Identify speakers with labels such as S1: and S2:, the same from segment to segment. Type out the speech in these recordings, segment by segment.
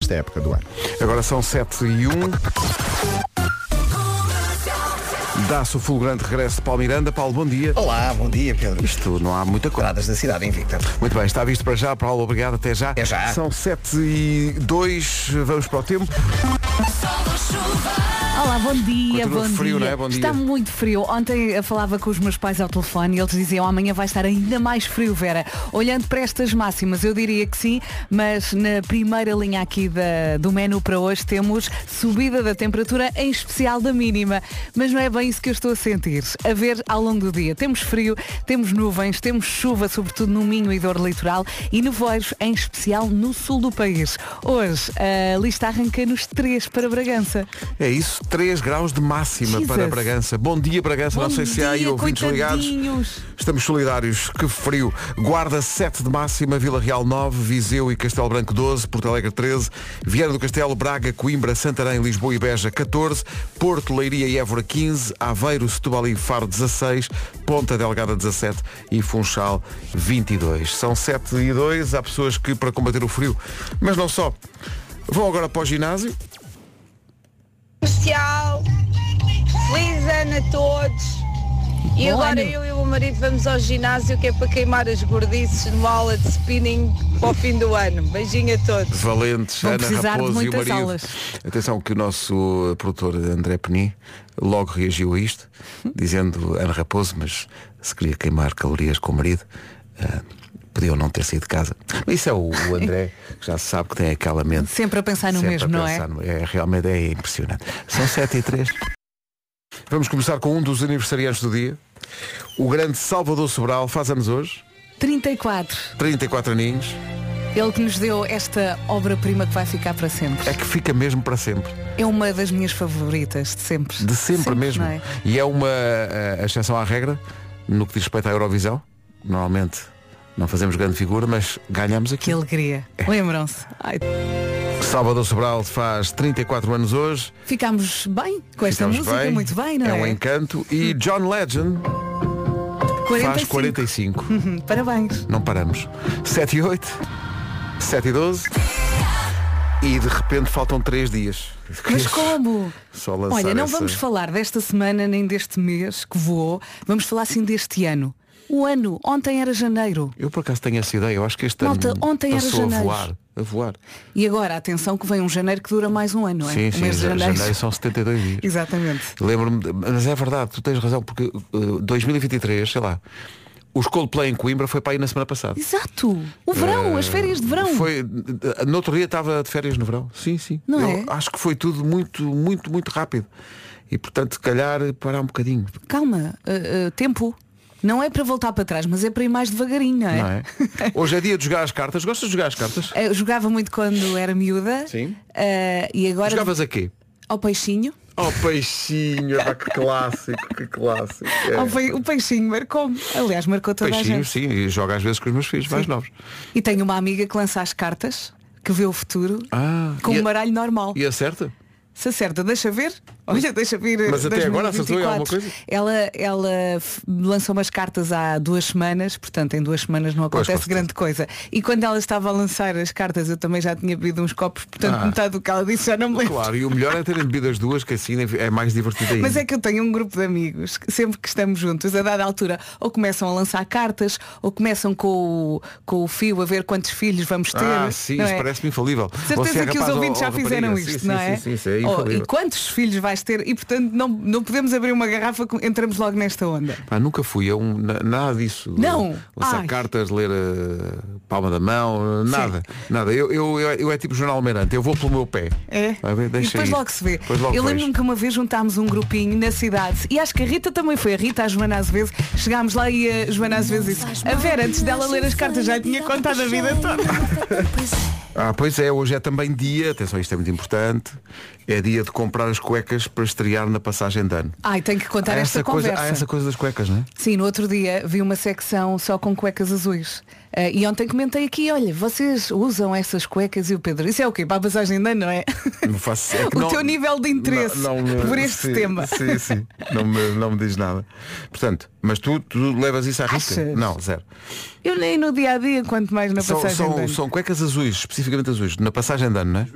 S1: é
S2: nesta época do ano.
S1: Agora são 7 e 1. Dá-se o fulgurante regresso de Paulo Miranda. Paulo, bom dia.
S3: Olá, bom dia, Pedro.
S1: Isto não há muita coisa.
S3: Paradas da cidade invicta.
S1: Muito bem, está visto para já. Paulo, obrigado. Até já.
S3: Até já.
S1: São 7 e 2. Vamos para o tempo.
S4: Olá, Ah, bom dia,
S1: Continua
S4: bom
S1: frio,
S4: dia.
S1: não é? Bom dia.
S4: Está muito frio. Ontem eu falava com os meus pais ao telefone e eles diziam "Oh, amanhã vai estar ainda mais frio, Vera. Olhando para estas máximas, eu diria que sim, mas na primeira linha aqui da- do menu para hoje temos subida da temperatura, em especial da mínima. Mas não é bem isso que eu estou a sentir. A ver ao longo do dia. Temos frio, temos nuvens, temos chuva, sobretudo no Minho e Douro Litoral, e nevoeiros, em especial no sul do país. Hoje, a lista arranca nos três para Bragança.
S1: É isso, 3 graus de máxima
S4: Jesus.
S1: para Bragança. Bom dia, Bragança.
S4: Bom
S1: não sei se há aí
S4: dia,
S1: ouvintes ligados.
S4: coitadinhos.
S1: Estamos solidários, que frio. Guarda 7 de máxima, Vila Real 9, Viseu e Castelo Branco 12, Porto Alegre 13, Viana do Castelo, Braga, Coimbra, Santarém, Lisboa e Beja 14, Porto, Leiria e Évora 15, Aveiro, Setúbal e Faro 16, Ponta Delgada 17 e Funchal 22. São 7 e 2, há pessoas que para combater o frio, mas não só. Vão agora para o ginásio.
S5: comercial. Feliz ano a todos. E
S4: Bom
S5: agora
S4: ano.
S5: eu e o meu marido vamos ao ginásio que é para queimar as gordices numa aula de spinning para o fim do ano. Beijinho a todos.
S1: Valentes,
S4: Vão
S1: Ana
S4: precisar de
S1: Raposo e o
S4: muitas
S1: marido.
S4: aulas.
S1: Atenção que o nosso produtor André Peni logo reagiu a isto, dizendo Ana Raposo, mas se queria queimar calorias com o marido, ah, podiam não ter saído de casa. Mas isso é o, o André, que já se sabe que tem aquela mente.
S4: Sempre a pensar no
S1: sempre
S4: mesmo,
S1: a
S4: não é?
S1: pensar no- é? Realmente é impressionante. São 7 e 3. Vamos começar com um dos aniversariantes do dia. O grande Salvador Sobral faz anos hoje,
S4: 34.
S1: 34 aninhos,
S4: Ele que nos deu esta obra-prima que vai ficar para
S1: é
S4: sempre.
S1: que fica mesmo para sempre.
S4: É uma das minhas favoritas de sempre.
S1: De sempre, mesmo.
S4: não é?
S1: E é uma eh, exceção à regra no que diz respeito à Eurovisão. Normalmente não fazemos grande figura, mas ganhamos
S4: Que
S1: aqui.
S4: alegria.
S1: É.
S4: Lembram-se. Ai,
S1: Salvador Sobral faz 34 anos hoje.
S4: Ficámos bem com esta
S1: Ficamos
S4: música,
S1: bem.
S4: muito bem, não
S1: É um
S4: é?
S1: encanto. E John Legend faz 45.
S4: Hum, Parabéns.
S1: Não paramos. 7 e 8, 7 e 12. E de repente faltam 3 dias.
S4: Mas como?
S1: Só lançar
S4: Olha, não
S1: essa-
S4: vamos falar desta semana nem deste mês que voou. Vamos falar sim deste ano. O ano, ontem era janeiro.
S1: Eu por acaso tenho essa ideia. Eu acho que este
S4: Malta,
S1: ano
S4: ontem era
S1: passou a
S4: janeiro.
S1: voar. A voar.
S4: E agora, atenção que vem um janeiro que dura mais um ano, não é?
S1: Sim,
S4: o
S1: sim,
S4: mês de
S1: ja-
S4: janeiro.
S1: janeiro são 72 dias.
S4: Exatamente.
S1: Lembro-me, de- mas é verdade, tu tens razão, porque uh, 2023, sei lá, os Coldplay em Coimbra foi para aí na semana passada.
S4: Exato. O verão,
S1: Eh,
S4: as férias de verão.
S1: Foi, eh, no outro dia estava de férias no verão. Sim, sim.
S4: Não
S1: Eu
S4: é?
S1: Acho que foi tudo muito, muito, muito rápido. E portanto, se calhar, parar um bocadinho.
S4: Calma, eh, eh, tempo. Não é para voltar para trás, mas é para ir mais devagarinho, não é?
S1: Não é? Hoje é dia de jogar as cartas. Gostas de jogar as cartas?
S4: Eh, jogava muito quando era miúda.
S1: Sim.
S4: Eh, e agora
S1: Jogavas a quê?
S4: ao peixinho.
S1: Ao Oh, peixinho, pá, que clássico, que clássico. É.
S4: Ao pei- O peixinho marcou-me. Aliás, marcou Oh, toda a
S1: Peixinho,
S4: gente.
S1: sim, e joga às vezes com os meus filhos mais novos.
S4: E tenho uma amiga que lança as cartas, que vê o futuro,
S1: Ah,
S4: com
S1: e a-
S4: um baralho normal.
S1: E acerta?
S4: Se acerta, deixa ver. Olha, deixa vir. eh,
S1: Mas até agora
S4: 2024.
S1: acertou em alguma coisa?
S4: Ela, ela f- lançou umas cartas há duas semanas, portanto em duas semanas não
S1: Pois, com
S4: acontece grande coisa. E quando ela estava a lançar as cartas eu também já tinha bebido uns copos, portanto
S1: Ah.
S4: metade do que ela disse já não me lembro.
S1: Claro, e o melhor é terem bebido as duas, que assim é mais divertido ainda.
S4: Mas é que eu tenho um grupo de amigos que sempre que estamos juntos, a dada altura, ou começam a lançar cartas, ou começam com o, com o fio a ver quantos filhos vamos ter.
S1: Ah, sim,
S4: não
S1: isso
S4: é?
S1: parece-me infalível. Você é
S4: Certeza que os
S1: rapaz ou-
S4: ouvintes já
S1: ou rapariga.
S4: fizeram
S1: Sim,
S4: isto,
S1: sim,
S4: não
S1: sim,
S4: é?
S1: sim, isso é
S4: Oh,
S1: infalível.
S4: e quantos filhos vais ter? E portanto não, não podemos abrir uma garrafa, com- entramos logo nesta onda.
S1: Pá, nunca fui a um, na- nada disso.
S4: Não?
S1: Lançar
S4: Ai.
S1: cartas, ler eh, palma da mão, eh, nada. Nada. Eu, eu, eu, eu é tipo jornal almeirante, eu vou pelo meu pé.
S4: É.
S1: Vai ver?
S4: e
S1: Deixa
S4: depois
S1: ir.
S4: logo se vê.
S1: Depois logo
S4: eu
S1: vejo.
S4: lembro-me que uma vez juntámos um grupinho na cidade e acho que a Rita também foi, a Rita, a Joana às vezes, chegámos lá e a Joana às vezes disse, a Vera, antes dela ler as cartas, já tinha contado a vida toda.
S1: Ah, pois é, hoje é também dia, atenção, isto é muito importante, é dia de comprar as cuecas para estrear na passagem de ano.
S4: Ai, tenho que
S1: Há
S4: contar esta
S1: essa, coisa,
S4: conversa.
S1: há essa coisa das cuecas, não é?
S4: Sim, no outro dia vi uma secção só com cuecas azuis. Eh, e ontem comentei aqui, olha, vocês usam essas cuecas e o Pedro, isso é o quê? Para a passagem de ano, não é?
S1: Não faço- é que
S4: o
S1: não-
S4: teu nível de interesse
S1: Não- não me-
S4: por este
S1: sim,
S4: tema.
S1: Sim, sim. Não me, não me diz nada. Portanto, mas tu, tu levas isso à risca?
S4: Achas?
S1: Não, zero.
S4: Eu nem no dia a dia, quanto mais na
S1: São,
S4: passagem
S1: são-
S4: de ano.
S1: são cuecas azuis, especificamente azuis, na passagem de ano, não é?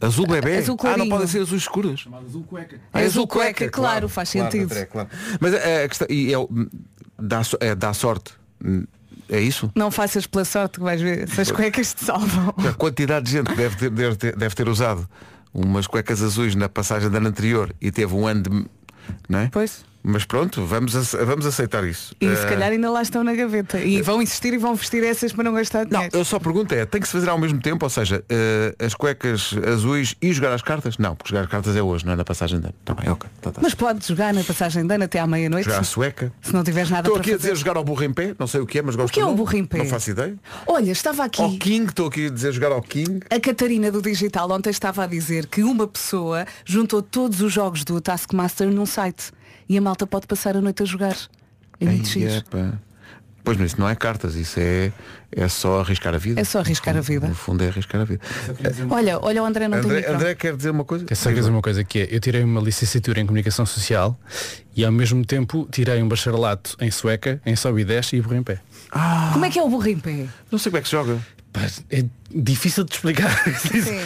S1: Azul bebê?
S4: Azul
S1: ah, não
S4: clarinho.
S1: podem ser azuis escuras. Ah,
S4: É azul cueca, claro, faz sentido.
S1: André, claro. Mas é, a questão, e é, o- dá, so- é, dá sorte. É isso?
S4: Não faças pela sorte que vais ver. Se as cuecas te salvam.
S1: A quantidade de gente que deve ter, deve ter- deve ter usado umas cuecas azuis na passagem do ano anterior e teve um ano de. Não é?
S4: Pois.
S1: Mas pronto, vamos, ace- vamos aceitar isso.
S4: E
S1: Eh,
S4: se calhar ainda lá estão na gaveta. E vão insistir e vão vestir essas para não gastar
S1: Não,
S4: dinheiro.
S1: eu só pergunto é, tem que se fazer ao mesmo tempo, ou seja, eh, as cuecas azuis e jogar as cartas? Não, porque jogar as cartas é hoje, não é na passagem de ano. Tá bem, ok. Tá, tá.
S4: Mas podes jogar na passagem de ano até à meia-noite.
S1: jogar a
S4: Se,
S1: sueca.
S4: se não tiveres nada
S1: Estou
S4: para
S1: aqui a
S4: fazer.
S1: dizer jogar ao burro em pé, não sei o que é, mas gosto
S4: que é o
S1: nome.
S4: burro em pé?
S1: Não faço ideia.
S4: Olha, estava aqui.
S1: Ao King, estou aqui a dizer jogar ao King.
S4: A Catarina do Digital ontem estava a dizer que uma pessoa juntou todos os jogos do Taskmaster num site e a malta pode passar a noite a jogar. É muito
S1: Ai,
S4: giro.
S1: epá. Pois mas isso não é cartas, isso é, é só arriscar a vida.
S4: É só arriscar a vida.
S1: No fundo é arriscar a vida.
S4: Olha, olha o André não tem
S1: é. André,
S4: micro.
S1: André quer dizer uma coisa?
S2: Quer só dizer uma coisa que é, eu tirei uma licenciatura em comunicação social e ao mesmo tempo tirei um bacharelato em sueca, em sobe e desce e burro em pé.
S4: Como é que é o burro em pé?
S1: Não sei como é que se joga.
S2: Pá, É difícil de explicar isso,
S4: Sim.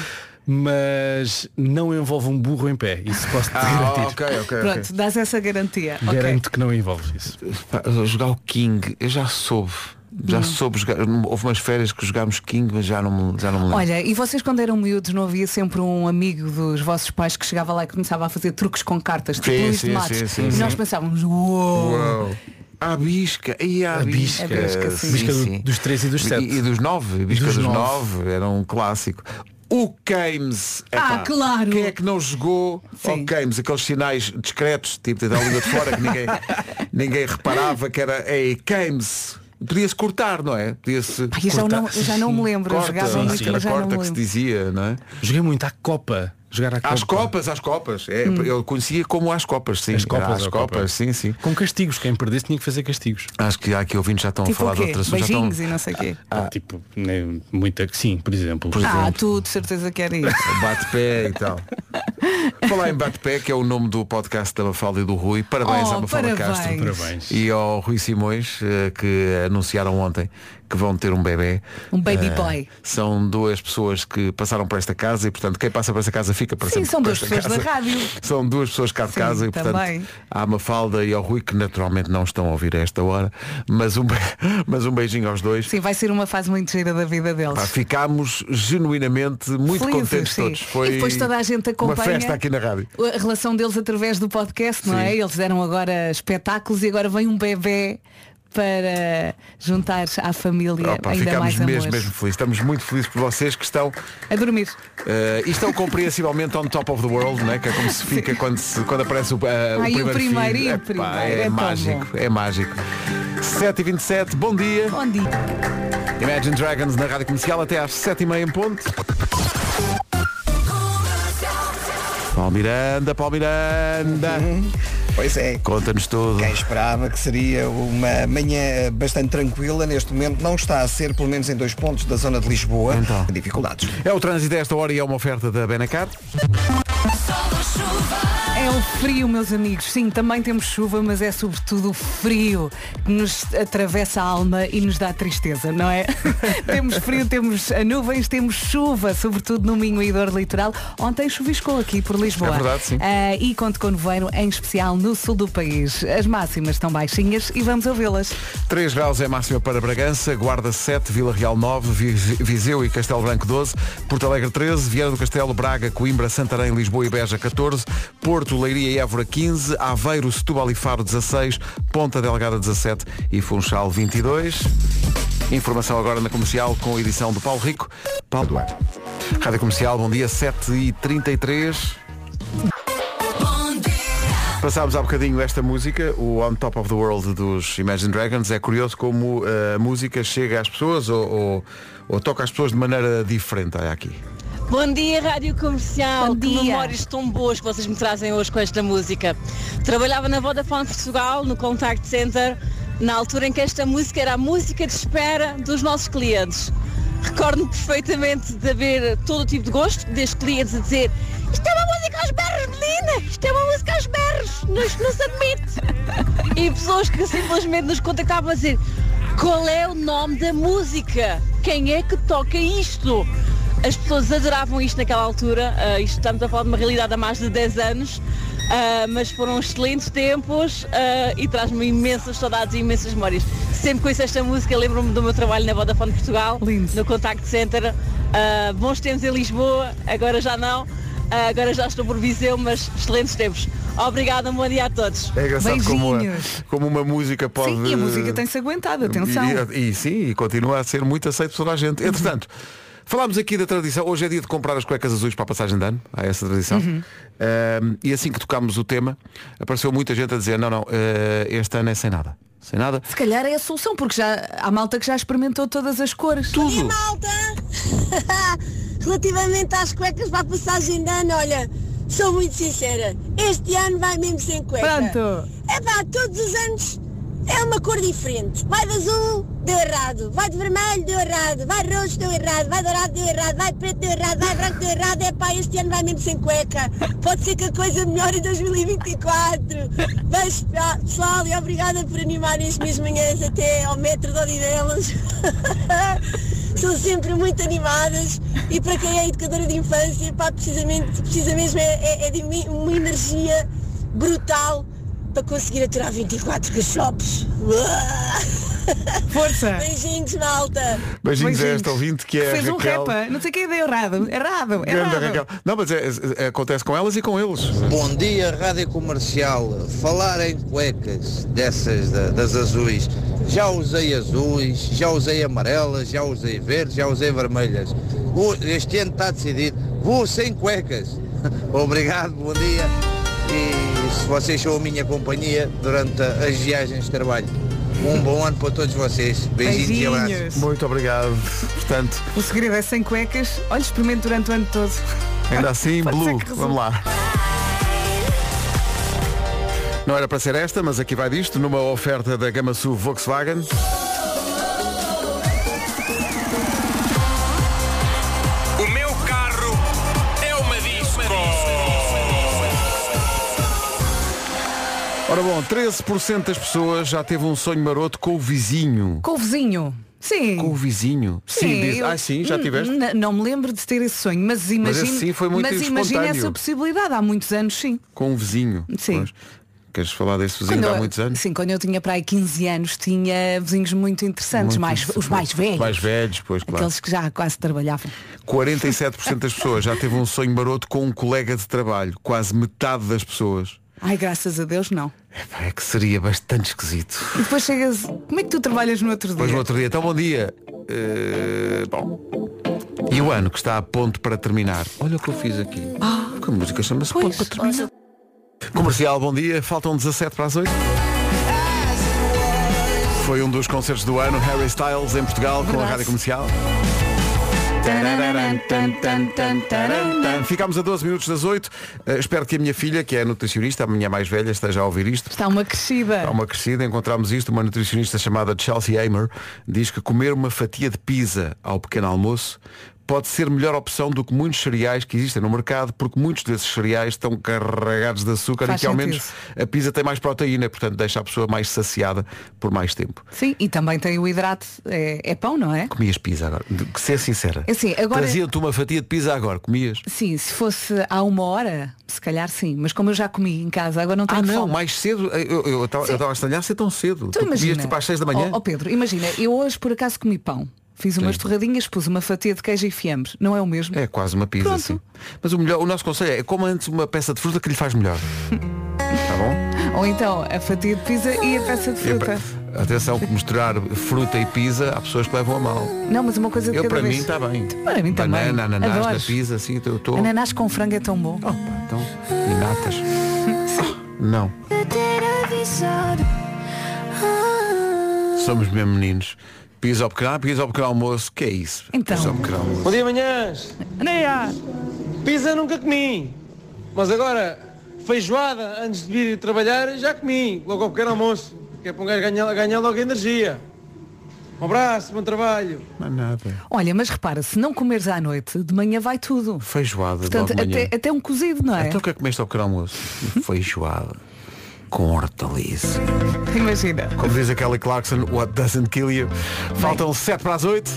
S2: mas não envolve um burro em pé, isso posso te garantir.
S1: Ah, ok.
S4: Tá Pronto, dás essa garantia. Ok.
S2: Garanto que não envolve isso.
S1: Pá, Jogar o King, eu já soube.
S4: Hum.
S1: Já soube jogar. Houve umas férias que jogámos King, mas já não, me- já não me lembro.
S4: Olha, e vocês quando eram miúdos não havia sempre um amigo dos vossos pais que chegava lá e começava a fazer truques com cartas, tipo
S1: Sim,
S4: Luís
S1: sim,
S4: de Matos.
S1: sim, sim,
S4: e
S1: sim.
S4: nós pensávamos, uou!
S1: Uau. A bisca, e a,
S2: A bisca.
S4: A bisca, sim.
S2: Bisca do- dos três e dos sete.
S1: E, e dos nove, a bisca
S2: Dos
S1: dos,
S2: nove.
S1: nove, era um clássico. O Games.
S4: Ah, claro.
S1: Quem é que não jogou
S4: Sim.
S1: ao Games? Aqueles sinais discretos, tipo de dar a língua de fora, que ninguém, ninguém reparava que era ei, Games. Podia-se cortar, não é? Podia-se.
S4: Pá, eu, já
S1: cortar.
S4: não, eu já não me lembro, eu
S1: Corta,
S4: jogava
S1: sim,
S4: muito,
S1: sim.
S4: eu
S1: Era
S4: já não
S1: corta
S4: me
S1: que se
S4: lembro.
S1: dizia, não é?
S2: Joguei muito à Copa, jogar à Copa.
S1: Às copas, às copas. É,
S4: Hum.
S1: Eu conhecia como às copas, sim.
S2: Às copas, é
S1: às
S2: às
S1: copas,
S2: copas.
S1: sim, sim.
S2: Com castigos, quem perdesse tinha que fazer castigos.
S1: Acho que há aqui ouvintes já estão a
S4: Tipo
S1: falar
S4: o
S1: de
S4: quê?
S1: outra assunto. Já
S4: Beijinhos
S1: estão...
S4: e não sei o quê.
S2: Ah, tipo, né, muita sim, por exemplo.
S1: é.
S4: Ah, tu de certeza que era isso.
S1: Bate-pé e tal. Falar em Bate-pé, que é o nome do podcast da Mafalda e do Rui. Parabéns
S4: Oh,
S1: à Mafalda
S4: parabéns.
S1: Castro.
S2: Parabéns.
S1: E ao Rui Simões, eh, que anunciaram ontem que vão ter um bebê.
S4: Um baby
S1: Eh,
S4: boy.
S1: São duas pessoas que passaram por esta casa e, portanto, quem passa por esta casa fica para
S4: Sim,
S1: sempre
S4: são
S1: por
S4: duas
S1: esta
S4: pessoas da
S1: casa.
S4: rádio.
S1: São duas pessoas cá de
S4: Sim,
S1: casa e, portanto,
S4: também.
S1: à Mafalda e ao Rui, que naturalmente não estão a ouvir a esta hora, mas um, be- mas um beijinho aos dois.
S4: Sim, vai ser uma fase muito gira da vida deles.
S1: Pá, ficámos genuinamente muito
S4: Felizes,
S1: contentes
S4: sim.
S1: todos. Foi
S4: E depois toda a gente acompanha.
S1: Uma festa aqui na rádio.
S4: A relação deles através do podcast, não
S1: Sim.
S4: é? Eles deram agora espetáculos e agora vem um bebê para juntar à família
S1: Opa,
S4: ainda
S1: ficámos
S4: mais amor.
S1: mesmo, mesmo felizes. Estamos muito felizes por vocês que estão
S4: A dormir.
S1: eh, e estão compreensivelmente on top of the world, né? que é como se fica quando, se- quando aparece o, eh,
S4: Ai, e
S1: o primeiro
S4: o primeiro,
S1: filho.
S4: e o
S1: Epá,
S4: primeiro,
S1: é,
S4: é tão
S1: mágico, é mágico. 7h27, bom dia.
S4: Bom dia.
S1: Imagine Dragons na Rádio Comercial até às 7h30 em ponto. Paulo Miranda, Paulo Miranda,
S3: Pois é.
S1: conta-nos tudo.
S3: Quem esperava que seria uma manhã bastante tranquila, neste momento não está a ser, pelo menos em dois pontos da zona de Lisboa,
S1: Então.
S3: dificuldades.
S1: É o trânsito a esta hora e é uma oferta da Benacar.
S4: É o frio, meus amigos. Sim, também temos chuva, mas é sobretudo o frio que nos atravessa a alma e nos dá tristeza, não é? temos frio, temos nuvens, temos chuva, sobretudo no Minho e Dor Litoral. Ontem chuviscou aqui por Lisboa.
S1: É verdade, sim.
S4: Ah, e conto com nevoeiro, em especial no sul do país. As máximas estão baixinhas e vamos ouvi-las.
S1: 3 graus é a máxima para Bragança, Guarda 7, Vila Real 9, Vi- Viseu e Castelo Branco 12, Porto Alegre 13, Vieira do Castelo, Braga, Coimbra, Santarém, Lisboa e Beja 14, Porto, Leiria e Évora 15, Aveiro, Setúbal e Faro 16, Ponta Delgada 17 e Funchal 22. Informação agora na comercial com a edição do Paulo Rico. Paulo Duarte. Rádio Comercial, bom dia, 7h33. Passámos há bocadinho esta música, o On Top of the World dos Imagine Dragons. É curioso como eh, a música chega às pessoas ou, ou- ou toca às pessoas de maneira diferente. Olha aqui.
S6: Bom dia, Rádio Comercial.
S4: Bom
S6: que
S4: dia.
S6: memórias tão boas que vocês me trazem hoje com esta música. Trabalhava na Vodafone Portugal, no Contact Center, na altura em que esta música era a música de espera dos nossos clientes. Recordo-me perfeitamente de haver todo o tipo de gosto, desde clientes a dizer isto é uma música aos berros, menina! Isto é uma música aos berros! Não, isto não se admite! E pessoas que simplesmente nos contactavam a dizer qual é o nome da música? Quem é que toca isto? As pessoas adoravam isto naquela altura, ah, isto estamos a falar de uma realidade há mais de 10 anos, ah, mas foram excelentes tempos ah, e traz-me imensas saudades e imensas memórias. Sempre conheço esta música, lembro-me do meu trabalho na Vodafone Portugal,
S4: Lindo.
S6: no Contact Center. Ah, bons tempos em Lisboa, agora já não, Ah, agora já estou por Viseu, mas excelentes tempos. Obrigada, um bom dia a todos.
S1: É engraçado como, a-
S4: Beijinhos.
S1: como uma música pode. eh,
S4: Sim, e a música tem-se aguentado, atenção.
S1: E, e sim, e continua a ser muito aceito por toda a gente. Entretanto, falámos aqui da tradição. Hoje é dia de comprar as cuecas azuis para a passagem de ano. Há essa tradição.
S4: Uhum.
S1: Ahm, e assim que tocámos o tema, apareceu muita gente a dizer, não, não, eh, este ano é sem nada. Sem nada.
S4: Se calhar é a solução, porque já há malta que já experimentou todas as cores.
S1: Tudo.
S7: Malta, relativamente às cuecas para a passagem de ano, olha, sou muito sincera, este ano vai mesmo sem cueca.
S4: Pronto.
S7: É pá, todos os anos é uma cor diferente. Vai de azul, deu errado. Vai de vermelho, deu errado. Vai de roxo, deu errado. Vai de dourado, deu errado. Vai de preto, deu errado. Vai de branco, deu errado. É pá, este ano vai mesmo sem cueca. Pode ser que a coisa melhore em 2024. Mas, pá, pessoal, e obrigada por animarem as minhas manhãs até ao metro de Odivelas. São sempre muito animadas e para quem é educadora de infância, pá, precisamente, precisa mesmo é, é- é de mi- uma energia brutal para conseguir aturar 24 cachopos.
S1: Ah.
S4: Força.
S7: Beijinhos, malta!
S1: Beijinhos a
S4: Beijinhos.
S1: esta ouvinte que é a
S4: Fez um
S1: Raquel.
S4: rapa, não sei o que é errado. Errado,
S1: Grande
S4: errado.
S1: Raquel. Não, mas é- é- acontece com elas e com eles.
S8: Bom dia, Rádio Comercial. Falar em cuecas dessas da- das azuis. Já usei azuis, já usei amarelas, já usei verdes, já usei vermelhas. O- Este ano está decidido. Vou sem cuecas. Obrigado, bom dia. E se vocês são a minha companhia durante as viagens de trabalho. Um bom ano para todos vocês. Beijinhos, e abraços.
S4: Beijinhos.
S1: Muito obrigado. Portanto,
S4: O segredo é sem cuecas. Olha, experimento durante o ano todo.
S1: Ainda assim,
S4: Pode ser
S1: Blue,
S4: que resulte.
S1: vamos lá. Não era para ser esta, mas aqui vai disto, numa oferta da gama SUV Volkswagen.
S9: O meu carro é uma disco.
S1: Ora bom, 13% das pessoas já teve um sonho maroto com o vizinho.
S4: Com o vizinho. Sim.
S1: Com o vizinho? Sim, diz.
S4: eu-
S1: Ah, sim, já
S4: Hum,
S1: tiveste?
S4: n- Não me lembro de ter esse sonho, mas imagino.
S1: esse sim foi muito
S4: mas imagino
S1: espontâneo.
S4: essa possibilidade. Há muitos anos, sim.
S1: Com o vizinho.
S4: Sim.
S1: Pois. Queres falar desse vizinho de há
S4: eu-
S1: muitos anos?
S4: Sim, quando eu tinha para aí 15 anos, tinha vizinhos muito interessantes,
S1: Muito
S4: mais, os mais velhos.
S1: Mais velhos, pois claro.
S4: Aqueles que já quase trabalhavam.
S1: 47% das pessoas já teve um sonho maroto com um colega de trabalho. Quase metade das pessoas.
S4: Ai, graças a Deus, não.
S1: Epá, É que seria bastante esquisito.
S4: E depois chegas. Como é que tu trabalhas no outro
S1: Depois
S4: dia?
S1: no outro dia, então bom dia. Eh, bom. E o ano que está a ponto para terminar. Olha o que eu fiz aqui. Que a música chama-se Ponto para terminar. Comercial, bom dia. Faltam 17 para as 8. Foi um dos concertos do ano, Harry Styles em Portugal com a
S4: Verdade.
S1: Rádio Comercial.
S4: Tararan, tan, tan, tan, taran, tan.
S1: Ficámos a 12 minutos das 8. Eh, espero que a minha filha, que é nutricionista, a minha mais velha, esteja a ouvir isto.
S4: Está uma crescida.
S1: Há uma crescida, encontramos isto, uma nutricionista chamada Chelsea Amer diz que comer uma fatia de pizza ao pequeno almoço pode ser melhor opção do que muitos cereais que existem no mercado, porque muitos desses cereais estão carregados de açúcar
S4: Faz
S1: e que ao
S4: sentido.
S1: menos a pizza tem mais proteína, portanto deixa a pessoa mais saciada por mais tempo.
S4: Sim, e também tem o hidrato. É, é pão, não é?
S1: Comias pizza agora, de que ser sincera.
S4: É assim, agora-
S1: Traziam-te uma fatia de pizza agora, comias?
S4: Sim, se fosse há uma hora, se calhar sim. Mas como eu já comi em casa, agora não tenho
S1: Ah não,
S4: fome.
S1: mais cedo, eh, eu- eu estava eu, estava a estranhar ser tão cedo.
S4: Tu
S1: comias
S4: imagina.
S1: tipo às 6 da manhã?
S4: Ó, ó, Pedro, imagina, eu hoje por acaso comi pão. Fiz umas torradinhas, pus uma fatia de queijo e fiambres. Não é o mesmo?
S1: É quase uma pizza,
S4: Pronto.
S1: sim. Mas o, melhor, o nosso conselho é coma antes uma peça de fruta que lhe faz melhor. Está bom?
S4: Ou então a fatia de pizza e a peça de fruta.
S1: Epa, Atenção, que misturar fruta e pizza há pessoas que levam a mal.
S4: Não, mas uma coisa de
S1: Eu,
S4: cada
S1: para
S4: vez.
S1: mim, está bem.
S4: Para mim também.
S1: Banana, ananás
S4: Adoro.
S1: na pizza, assim, eu estou...
S4: Ananás com frango é tão bom.
S1: Oh, pá, então, e natas. Não. Somos mesmo meninos. Pizza ao pequeno, ah, pizza ao pequeno almoço. Que é isso?
S4: Então.
S1: Pizza ao pequeno almoço.
S10: Bom dia, manhãs.
S4: Neia!
S10: Pizza nunca comi. Mas agora, feijoada antes de vir trabalhar, já comi, logo ao pequeno almoço. que é para um gajo ganhar, ganhar logo energia. Um abraço, bom trabalho.
S1: Não é nada.
S4: Olha, mas repara, se não comeres à noite, de manhã vai tudo.
S1: Feijoada
S4: Portanto,
S1: logo de manhã.
S4: até, até um cozido, não é?
S1: Então o que é que comeste ao pequeno almoço? Feijoada. Com hortaliça.
S4: Imagina.
S1: Como diz a Kelly Clarkson, what doesn't kill you. Faltam 7 para as 8.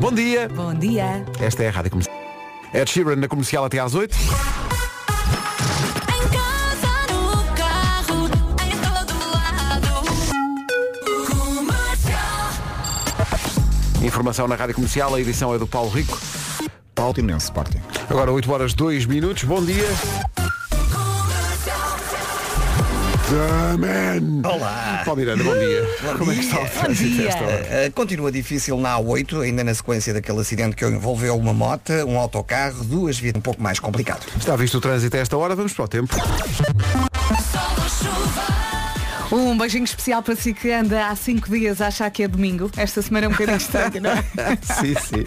S1: Bom dia.
S4: Bom dia.
S1: Esta é a Rádio Comercial. Ed Sheeran na comercial até às 8.
S9: Em casa, no carro, em todo lado. Comercial.
S1: Informação na Rádio Comercial, a edição é do Paulo Rico. Paulo Timense Sporting. Agora 8 horas 2 minutos. Bom dia. The man.
S3: Olá.
S1: Paulo Miranda, bom dia. Como é que está o trânsito a esta hora?
S3: Eh, Continua difícil na A8, ainda na sequência daquele acidente que envolveu uma moto, um autocarro, duas vias um pouco mais complicado.
S1: Está visto o trânsito a esta hora, vamos para o tempo.
S4: Um beijinho especial para si que anda há cinco dias a achar que é domingo. Esta semana é um bocadinho estranho, não é?
S1: sim, sim.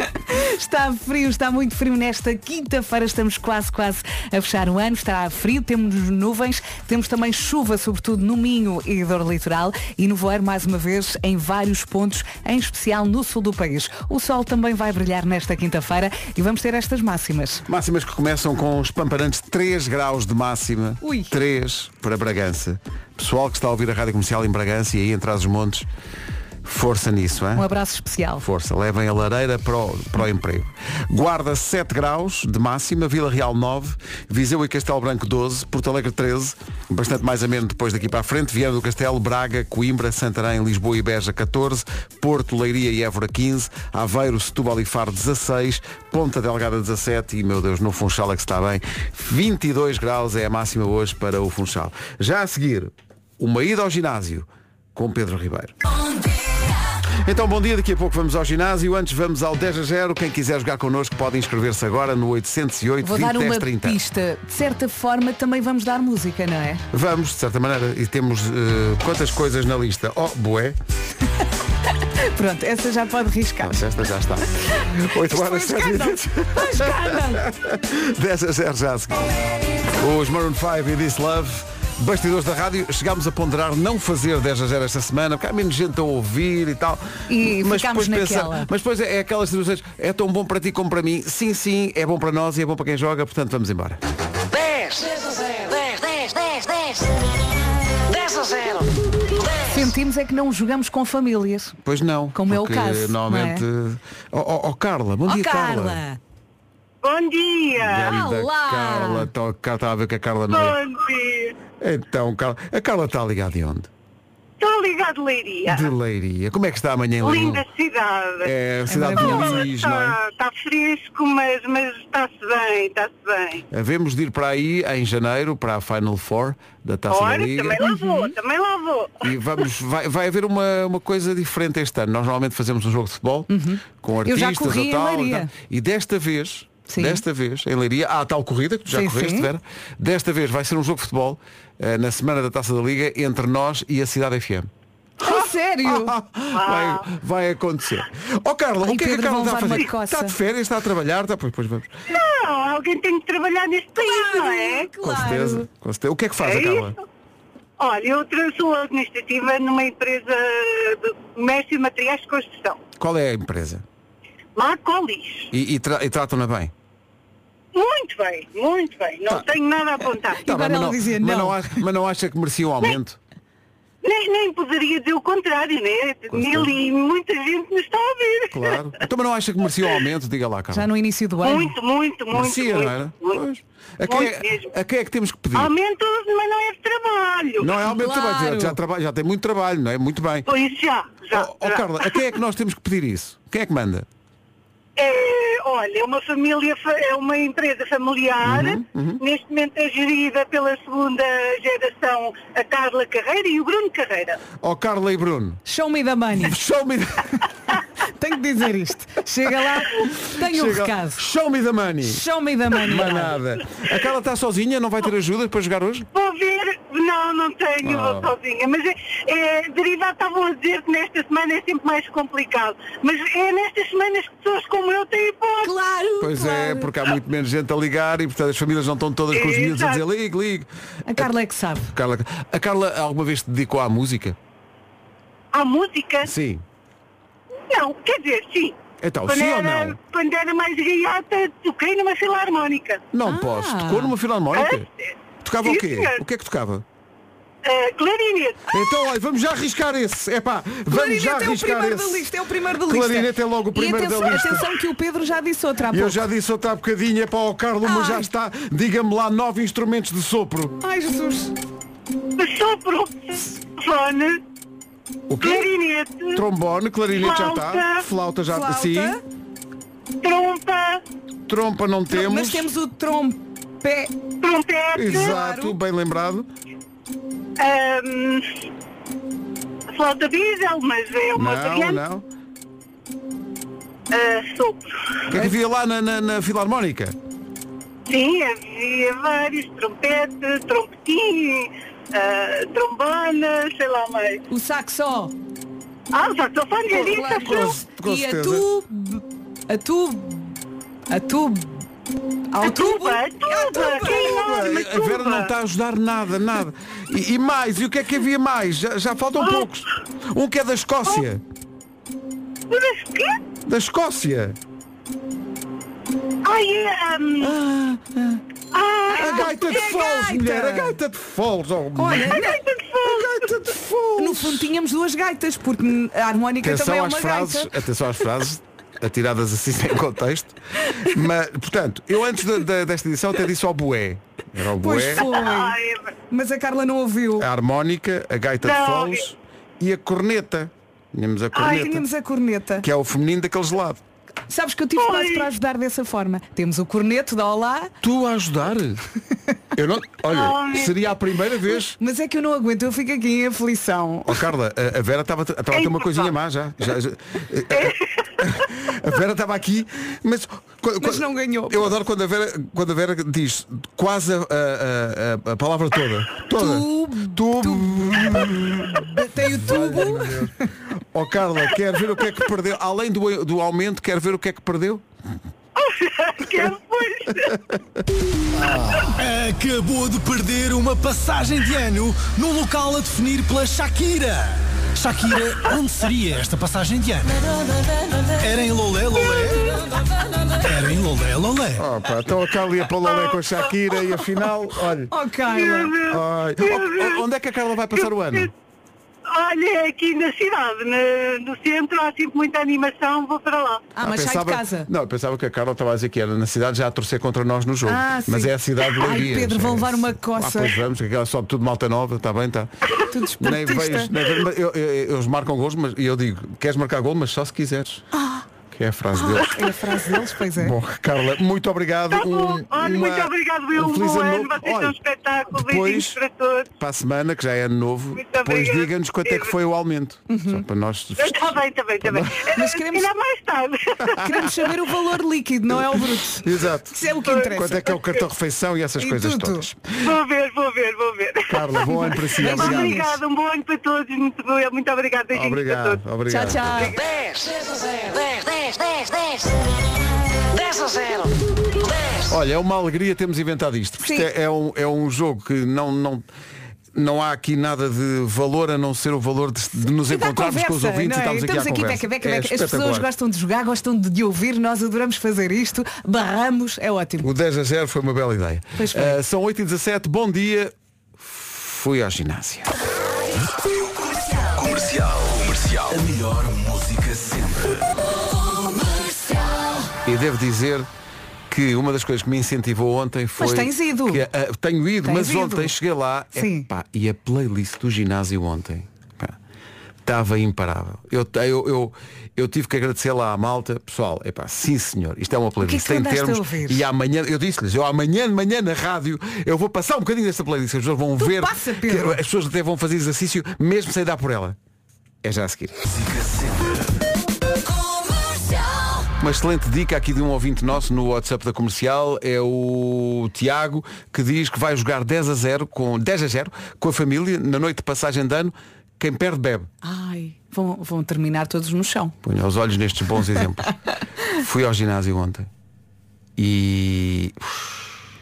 S4: Está frio, está muito frio nesta quinta-feira. Estamos quase, quase a fechar o ano. Está frio, temos nuvens, temos também chuva, sobretudo no Minho e dor litoral. E no voar, mais uma vez, em vários pontos, em especial no sul do país. O sol também vai brilhar nesta quinta-feira e vamos ter estas máximas.
S1: Máximas que começam com os pamparantes 3 graus de máxima.
S4: Ui.
S1: 3 para Bragança. Pessoal que está a ouvir a rádio comercial em Bragança e aí em trás os montes, força nisso, hein?
S4: Um abraço especial.
S1: Força, levem a lareira para o, para o emprego. Guarda 7 graus de máxima, Vila Real 9, Viseu e Castelo Branco 12, Porto Alegre 13, bastante mais ameno depois daqui para a frente, Viana do Castelo, Braga, Coimbra, Santarém, Lisboa e Beja 14, Porto, Leiria e Évora 15, Aveiro, Setúbal e Faro 16, Ponta Delgada 17 e, meu Deus, no Funchal é que se está bem, 22 graus é a máxima hoje para o Funchal. Já a seguir, uma ida ao ginásio com Pedro Ribeiro. Então, bom dia. Daqui a pouco vamos ao ginásio. Antes, vamos ao 10 a 0. Quem quiser jogar connosco pode inscrever-se agora no 808
S4: Vou
S1: 20
S4: dar
S1: 10
S4: uma
S1: 30.
S4: pista. De certa forma, também vamos dar música, não é?
S1: Vamos, de certa maneira, e temos eh, quantas coisas na lista? Oh, boé.
S4: Pronto, essa já pode riscar.
S1: Esta já está. 8 horas, 7
S4: um.
S1: minutos. 10 a 0 já a seguir. Os Maroon 5 e This Love. Bastidores da rádio, chegámos a ponderar não fazer 10 a 0 esta semana, porque há menos gente a ouvir e tal.
S4: E ficámos
S1: depois
S4: naquela.
S1: mas depois é, é aquelas situações, é tão bom para ti como para mim. Sim, sim, é bom para nós e é bom para quem joga, portanto vamos embora.
S9: 10 10 10 10 10 10 a 0
S4: Sentimos é que não jogamos com famílias.
S1: Pois não.
S4: Como é o
S1: porque
S4: caso,
S1: Normalmente. Ó ó, ó, Carla, bom
S4: Ó
S1: dia, Carla.
S4: Carla!
S11: Bom dia!
S1: Grande
S4: Olá.
S1: Carla, tô- cá estava a ver que a Carla não é.
S11: Bom dia!
S1: Então, Carla, a Carla está ligada de onde?
S11: Estou ligado, Leiria.
S1: De Leiria. Como é que está amanhã em Leiria?
S11: Linda cidade.
S1: É a cidade de Luís, não é?
S11: Está, está fresco, mas, mas está-se bem, está-se bem.
S1: Havemos de ir para aí em janeiro, para a Final Four da Taça
S11: Ora,
S1: da Liga.
S11: também lá vou, também lá vou.
S1: E vamos, vai, vai haver uma, uma coisa diferente este ano. Nós normalmente fazemos um jogo de futebol com
S4: Uhum. Eu já
S1: artistas
S4: corri
S1: ou
S4: em
S1: tal, e
S4: Leiria.
S1: tal. E desta vez,
S4: Sim.
S1: desta vez, em Leiria, há a tal corrida que tu já
S4: Sim,
S1: correste,
S4: sim.
S1: Vera. Desta vez vai ser um jogo de futebol eh, na semana da Taça da Liga entre nós e a Cidade FM.
S4: A É sério?
S11: Ah.
S1: Vai, vai acontecer. Ó Carla,
S4: Ai,
S1: o que é que a
S4: Pedro,
S1: Carla
S4: vão
S1: está a
S4: levar uma
S1: fazer?
S4: coça.
S1: Está de férias, está a trabalhar, está. Pois, pois vamos.
S11: Não, alguém tem que trabalhar neste país, não é?
S1: Com certeza, com certeza. O que é que faz a
S11: É
S1: Carla?
S11: isso. Olha, eu tra- sou administrativa numa empresa de comércio e materiais de construção.
S1: Qual é a empresa?
S11: Lá colis.
S1: E, e, tra- e tratam-na bem.
S11: Muito bem, muito bem.
S1: Ah.
S11: Não tenho nada a apontar.
S1: Tá
S4: agora
S1: bem, mas,
S4: ela
S1: não,
S4: dizia
S1: mas,
S4: não.
S1: não acha, mas não acha que merecia um aumento?
S11: Nem, nem poderia dizer o contrário, né?
S1: Com certeza.
S11: Mil e muita gente nos está a ouvir.
S1: Claro. Então, mas não acha que merecia um aumento? Diga lá, Carla.
S4: Já no início do ano.
S11: Muito, muito, muito.
S1: merecia,
S11: muito,
S1: não era?
S11: muito.
S1: Pois. A
S11: Muito
S1: quem, é,
S11: mesmo.
S1: a quem é que temos que pedir?
S11: Aumento, mas não é de trabalho.
S1: Não é aumento de
S4: Ah, Claro.
S1: trabalho, já, já, traba- já tem muito trabalho, não é? Muito bem.
S11: Pois já, já.
S1: Ó, ó,
S11: já.
S1: Carla, a quem é que nós temos que pedir isso? Quem é que manda?
S11: É, olha, é uma família, fa- é uma empresa familiar, neste momento é gerida pela segunda geração, a Carla Carreira e o Bruno Carreira.
S1: Ó Oh, Carla e Bruno.
S4: Show me the money.
S1: Show me the,
S4: Tenho que dizer isto. Chega lá, tenho um
S1: Chega-
S4: recado.
S1: Show me the money.
S4: Show me the money.
S1: Manada. A Carla está sozinha, não vai ter ajuda para jogar hoje?
S11: Vou ver, não, não tenho,
S1: Ah.
S11: vou sozinha, mas é, é, derivado, estavam a dizer que nesta semana é sempre mais complicado, mas é nestas semanas que pessoas como eu têm hipótese.
S4: Claro.
S1: Pois é,
S4: claro.
S1: porque há muito menos gente a ligar e portanto as famílias não estão todas com os miúdos a dizer ligue, ligue.
S4: A Carla é que sabe.
S1: Carla, a Carla alguma vez te dedicou à música?
S11: à música?
S1: Sim.
S11: Não, quer dizer, sim.
S1: Então,
S11: quando
S1: sim ou
S11: era,
S1: não?
S11: Quando era mais gaiata, toquei numa filarmónica.
S1: Não posso. Tocou numa filarmónica? Tocava
S11: Sim,
S1: o quê?
S11: senhor.
S1: O que é que tocava?
S11: Ah, clarinete.
S1: Então, olha, vamos já arriscar esse. Epá, vamos já
S4: Clarinete é o
S1: arriscar
S4: primeiro
S1: esse.
S4: da lista, é o primeiro da lista.
S1: Clarinete é logo o primeiro
S4: e atenção,
S1: da lista.
S4: atenção que o Pedro já disse outra há
S1: E eu
S4: pouco.
S1: já disse outra há bocadinho, é para o Carlos, mas já está, diga-me lá, nove instrumentos de sopro.
S4: Ai, Jesus.
S11: Sopro, fone,
S1: O quê?
S11: clarinete,
S1: Trombone, clarinete já está.
S11: Flauta.
S1: Flauta já
S11: Flauta.
S1: Sim.
S11: trompa,
S1: Trompa não temos.
S4: Mas temos o trompé.
S11: trompete,
S1: Exato, bem lembrado.
S11: ahm, flauta diesel, mas é uma
S1: Não,
S11: variante.
S1: não.
S11: Ah, sopro.
S1: O que é que havia lá na, na, na Filarmónica?
S11: Sim, havia vários, trompete, trompetim, ah, trombona, sei lá mais.
S4: O saxo.
S11: Ah, o saxofone já disse,
S4: Claro.
S11: acho eu.
S1: com
S4: e a
S1: certeza.
S4: tu. A tu. A tu. Ao
S11: A
S4: tubo.
S11: tuba, a tuba, que enorme
S1: Ah, A Vera
S11: tuba.
S1: não está a ajudar nada, nada. E, e mais, e o que é que havia mais? Já, já faltam poucos. Um que é da Escócia.
S11: Mas quê?
S1: Da Escócia.
S11: Ai, é, hum,
S1: A
S11: ah,
S1: ah. gaita de
S4: é a
S1: foles,
S4: gaita.
S1: mulher. A gaita de foles. Oh,
S4: Olha,
S1: mulher.
S4: na-
S1: a gaita de foles.
S4: no fundo tínhamos duas gaitas, porque a harmónica também é
S1: Atenção às
S4: uma
S1: frases,
S4: gaita.
S1: atenção às frases atiradas assim sem contexto. Mas, portanto, eu antes da- da- desta edição até disse ao bué. Era o
S4: Pois
S1: bué,
S4: foi.
S11: ai, é
S4: Mas a Carla não ouviu.
S1: a harmónica, a gaita de
S11: Não,
S1: foles e a corneta. Tínhamos a
S4: Ai,
S1: corneta.
S4: tínhamos a corneta.
S1: Que é o feminino daquele gelado.
S4: Sabes que eu tive quase
S11: Ai.
S4: para ajudar dessa forma. Temos o corneto da Olá,
S1: Tu a ajudar? Eu não. Olha,
S4: Oh,
S11: Ai.
S1: seria a primeira vez.
S4: mas é que eu não aguento, eu fico aqui em aflição.
S1: Oh Carla, a- a Vera estava estava a ter uma
S11: Ei,
S1: coisinha
S11: pá.
S1: má já. Já- já- a- A Vera estava aqui, mas, quando-
S4: É. Mas não ganhou.
S1: Eu adoro quando a Vera, quando a Vera diz quase a, a- a- a palavra toda. Toda.
S4: Tu-
S1: Tu-
S4: Tem o tubo.
S1: Oh Carla, quer ver o que é que perdeu? Além do, do aumento, quer ver o que é que perdeu?
S11: que é pois.
S12: Acabou de perder uma passagem de ano num local a definir pela Shakira. Shakira, onde seria esta passagem de ano? Era em Lolé Lolé? Era em Lolé Lolé.
S1: Oh, pá, então a Carla ia para o Lolé com a Shakira e afinal, olha.
S4: Oh, Carla.
S1: Ai, o- o- onde é que a Carla vai passar o ano?
S11: Olha, aqui na cidade, na- no centro, há sempre muita animação, vou para lá.
S4: Ah, mas sai de casa.
S1: Não, eu pensava que a Carla estava a dizer que era na cidade já a torcer contra nós no jogo.
S4: Ah,
S1: mas
S4: sim.
S1: é a cidade de
S4: Ai,
S1: Leiria.
S4: Pedro, vão
S1: É,
S4: levar uma
S1: sim.
S4: coça.
S1: Ah, pois vamos, que aquela sobe tudo malta nova, está bem, tá. está.
S4: Tudo
S1: Nem
S4: esportista.
S1: vejo, nem vejo, mas eu- eu- eles marcam gols, mas e eu digo, queres marcar gol, mas só se quiseres.
S11: Ah.
S1: Que é a frase deles.
S4: É a frase deles, pois é.
S1: Bom, Carla, muito obrigado.
S11: Tá bom.
S1: Um-
S11: Olha,
S1: uma-
S11: muito obrigado, eu.
S1: um
S11: Um
S1: feliz
S11: bom
S1: ano
S11: ano.
S1: novo.
S11: Vocês
S1: Olha,
S11: são um espetáculo.
S1: depois,
S11: Beijinhos para todos.
S1: para a semana, que já é ano novo,
S11: Muito Uhum.
S1: depois
S11: obrigada.
S1: diga-nos quanto é que foi o aumento. Só para nós
S11: Está bem, está bem, está bem.
S4: Mas
S11: Eh,
S4: queremos-
S11: se calhar mais tarde.
S4: Queremos saber o valor líquido, não é o bruto.
S1: Exato.
S4: Isso é o que interessa.
S1: Quanto é que é o cartão refeição e essas
S4: E
S1: coisas
S4: tudo.
S1: todas.
S11: Vou ver, vou ver, vou ver.
S1: Carla, bom ano para si.
S4: Beijinhos.
S1: Obrigado.
S11: Obrigado, um bom ano para todos. Muito, muito obrigado. Beijinhos para todos.
S1: Obrigado,
S4: Tchau,
S1: obrigado.
S4: tchau.
S9: 10, 10, 10, 10, 10. 10 a 0. 10.
S1: Olha, é uma alegria termos inventado isto. porque
S4: Sim.
S1: Isto é, é um, é um jogo que não, não, não há aqui nada de valor a não ser o valor de, de nos
S4: E dá
S1: encontrarmos com os
S4: conversa, não
S1: ouvintes e
S4: é?
S1: estamos aqui à
S4: aqui
S1: conversa.
S4: beca, beca,
S1: É
S4: beca. As pessoas
S1: espetacular.
S4: gostam de jogar, gostam de ouvir, nós adoramos fazer isto, barramos, é ótimo.
S1: O 10 a 0 foi uma bela ideia.
S4: Pois foi.
S1: Ah, são 8 e 17 bom dia. Fui à ginásio.
S12: Comercial, comercial. A melhor música sempre.
S1: E devo dizer que uma das coisas que me incentivou ontem foi.
S4: tens ido.
S1: que, ah, tenho ido,
S4: Tens
S1: mas
S4: ido.
S1: ontem cheguei lá
S4: Sim.
S1: epá, e a playlist do ginásio ontem pá, estava imparável. Eu, te- eu, eu, eu tive que agradecer lá à malta, pessoal, epá, sim senhor, isto é uma
S4: que
S1: playlist
S4: é que tu
S1: tem
S4: andaste a
S1: termos
S4: ouvir?
S1: e amanhã, eu disse-lhes, eu amanhã de manhã na rádio eu vou passar um bocadinho desta playlist, as pessoas vão
S4: Tu
S1: ver,
S4: passa,
S1: que
S4: Pedro.
S1: as pessoas até vão fazer exercício mesmo sem dar por ela. É já a seguir. Uma excelente dica aqui de um ouvinte nosso no WhatsApp da comercial é o Tiago que diz que vai jogar 10 a 0 com 10 a 0 com a família na noite de passagem de ano. Quem perde bebe.
S4: Ai, vão, vão terminar todos no chão.
S1: Ponha os olhos nestes bons exemplos. Fui ao ginásio ontem e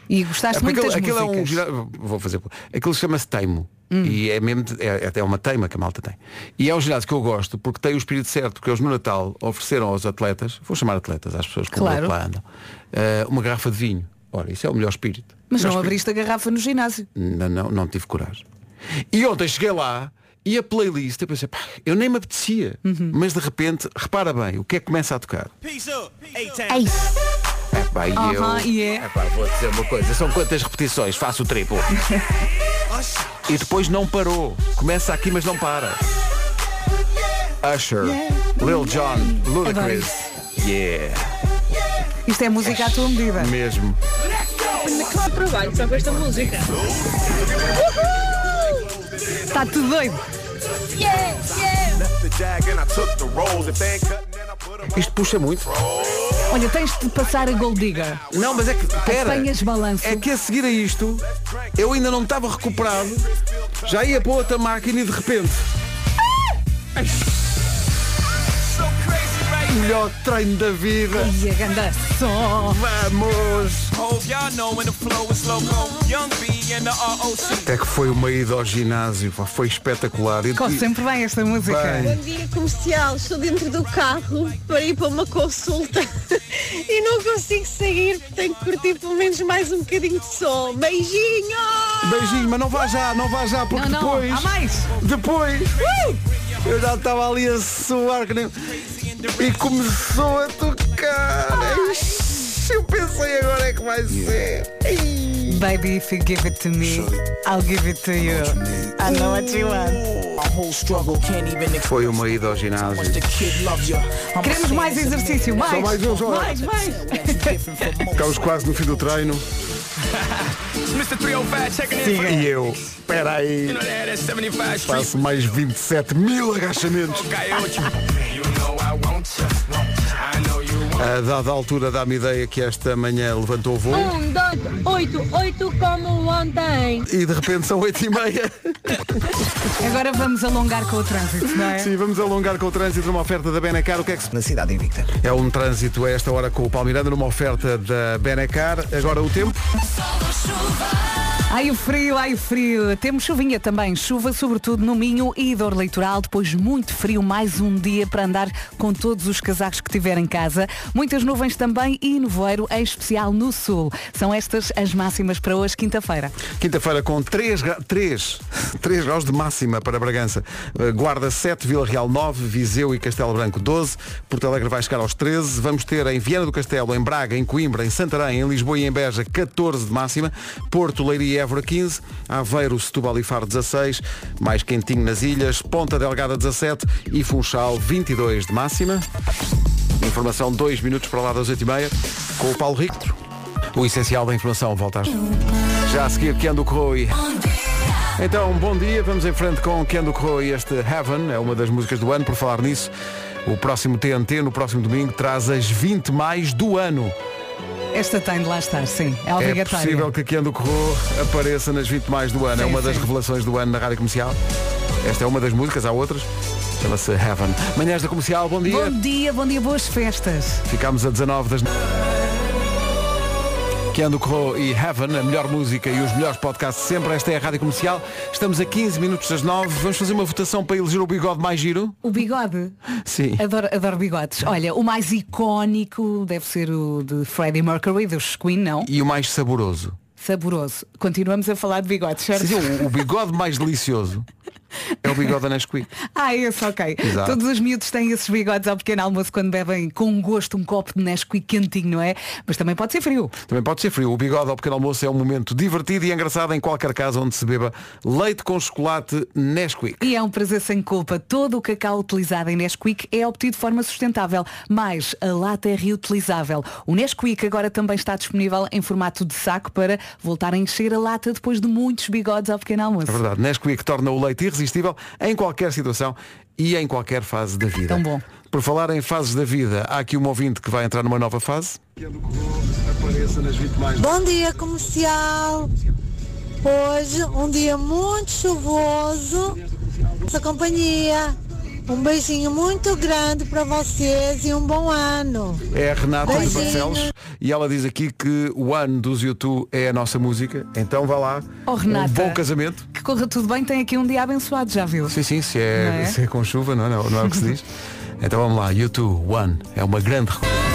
S4: E gostaste
S1: É porque
S4: muito das
S1: aquilo, aquilo é um
S4: músicas. Hum.
S1: ginásio, vou fazer aquilo chama-se teimo e é mesmo de- é, é até uma teima que a Malta tem e é um ginásio que eu gosto porque tem o espírito certo porque eles no Natal ofereceram aos atletas vou chamar atletas às pessoas que
S4: Claro.
S1: lá andam eh, uma garrafa de vinho ora isso é o melhor espírito
S4: Mas não abriste a garrafa no ginásio.
S1: não, não, não tive coragem. E ontem cheguei lá e a playlist, eu pensei, pá, eu nem me apetecia.
S4: Uhum.
S1: Mas de repente, repara bem, o que é que começa a tocar?
S4: Ei.
S1: É, pá, e
S4: Aham,
S1: eu
S4: e é.
S1: Epá, vou dizer uma coisa, são quantas repetições? Faço o triplo. e depois não parou. Começa aqui, mas não para. Usher, Lil Jon, Ludacris. Yeah.
S4: Isto é música à tua medida.
S1: Mesmo.
S9: Claro, trabalho só com esta música.
S4: Está Tá tudo doido.
S1: Isto puxa muito.
S4: Olha, tens de passar a Gold Digger.
S1: Não, mas é que. Pera,
S4: Apanhas balanço.
S1: É que a seguir a isto, eu ainda não estava recuperado, já ia para outra máquina e de repente. Ai. Melhor treino da vida.
S4: E a ganda som.
S1: Até É que foi uma ida ao ginásio, pá, foi espetacular. E-
S4: Corre sempre bem esta música.
S1: Bem.
S6: Bom dia comercial, estou dentro do carro para ir para uma consulta e não consigo sair, porque tenho que curtir pelo menos mais um bocadinho de sol. Beijinho!
S1: Beijinho, mas não vá já, não vá já, porque
S6: Não, não,
S1: depois.
S6: há mais.
S1: Depois. uh, eu já estava ali a suar que nem. E começou a tocar. Ai, Eu pensei agora é que vai ser.
S4: Baby, if you give it to me, I'll give it to you. I know what you want.
S1: Foi uma ida ao ginásio.
S4: Queremos mais exercício, mais.
S1: Só mais um, só
S4: mais,
S1: mais.
S4: mais.
S1: Estamos quase no fim do treino. oh E eu, peraí, faço mais 27 mil agachamentos. A dada altura dá-me ideia que esta manhã levantou o voo
S9: Um, dois, oito, oito como ontem.
S1: e de repente são 8 e meia.
S4: Agora vamos alongar com o trânsito, não é?
S1: Sim, vamos alongar com o trânsito numa oferta da Benacar. O que é que se...
S3: Na cidade invicta.
S1: É um trânsito a esta hora com o Palmiranda numa oferta da Benacar. Agora o tempo.
S4: Ai o frio, ai o frio. Temos chuvinha também, chuva sobretudo no Minho e dor litoral, depois muito frio, mais um dia para andar com todos os casacos que tiver em casa. Muitas nuvens também e nevoeiro, em especial no sul. São estas as máximas para hoje, quinta-feira.
S1: Quinta-feira com 3, 3, 3 graus de máxima para Bragança. Eh, Guarda 7, Vila Real 9, Viseu e Castelo Branco 12, Porto Alegre vai chegar aos 13, vamos ter em Viana do Castelo, em Braga, em Coimbra, em Santarém, em Lisboa e em Beja 14 de máxima, Porto, Leiria e Évora 15, Aveiro, Setúbal e Faro 16, mais quentinho nas ilhas, Ponta Delgada 17 e Funchal 22 de máxima. Informação 2 minutos para lá das 8h30 com o Paulo Rictro. O essencial da informação volta às... Já a seguir, Kendo Corroi. Então, bom dia, vamos em frente com Kendo Corroi. Este Heaven é uma das músicas do ano, por falar nisso. O próximo TNT, no próximo domingo, traz as 20 mais do ano.
S4: Esta tem de lá estar, sim. É
S1: É
S4: obrigatória.
S1: possível que Kendo Corro apareça nas 20 mais do ano. é
S4: Sim,
S1: uma
S4: sim.
S1: das revelações do ano na rádio comercial. Esta é uma das músicas, há outras. Chama-se Heaven. Manhãs da comercial, bom dia.
S4: Bom dia, bom dia, boas festas.
S1: Ficámos a 19 das. Keanu Corro e Heaven, a melhor música e os melhores podcasts de sempre. Esta é a Rádio Comercial. Estamos a 15 minutos das 9. Vamos fazer uma votação para eleger o bigode mais giro?
S4: O bigode.
S1: Sim.
S4: Adoro, adoro bigodes. Olha, o mais icónico deve ser o de Freddie Mercury, dos Queen, não?
S1: E o mais saboroso?
S4: Saboroso. Continuamos a falar de bigodes, certo?
S1: Sim, sim, o, o bigode mais delicioso é o bigode da Nesquik.
S4: Ah, esse, ok.
S1: Exato.
S4: Todos os miúdos têm esses bigodes ao pequeno almoço quando bebem com gosto um copo de Nesquik quentinho, não é? Mas também pode ser frio.
S1: Também pode ser frio. O bigode ao pequeno almoço é um momento divertido e engraçado em qualquer casa onde se beba leite com chocolate Nesquik.
S4: E é um prazer sem culpa. Todo o cacau utilizado em Nesquik é obtido de forma sustentável, mas a lata é reutilizável. O Nesquik agora também está disponível em formato de saco para voltar a encher a lata depois de muitos bigodes ao pequeno
S1: É
S4: almoço.
S1: verdade, Nesquik torna o leite irresistível em qualquer situação e em qualquer fase da vida.
S4: Tão bom.
S1: Por falar em fases da vida, há aqui um ouvinte que vai entrar numa nova fase.
S13: Bom dia, comercial. Hoje, um dia muito chuvoso. Sua companhia. Um beijinho muito grande para vocês e um bom ano.
S1: É a Renata dos
S13: Beijinhos.
S1: Barcelos e ela diz aqui que o ano dos YouTube é a nossa música, então vá lá.
S4: Oh, Renata.
S1: Um bom casamento.
S4: Que corra tudo bem, tem aqui um dia abençoado, já viu?
S1: Sim, sim, se
S4: Não
S1: é,
S4: é?
S1: se é com chuva, não é, não, não é o que se diz. Então vamos lá, YouTube One é uma grande recordação.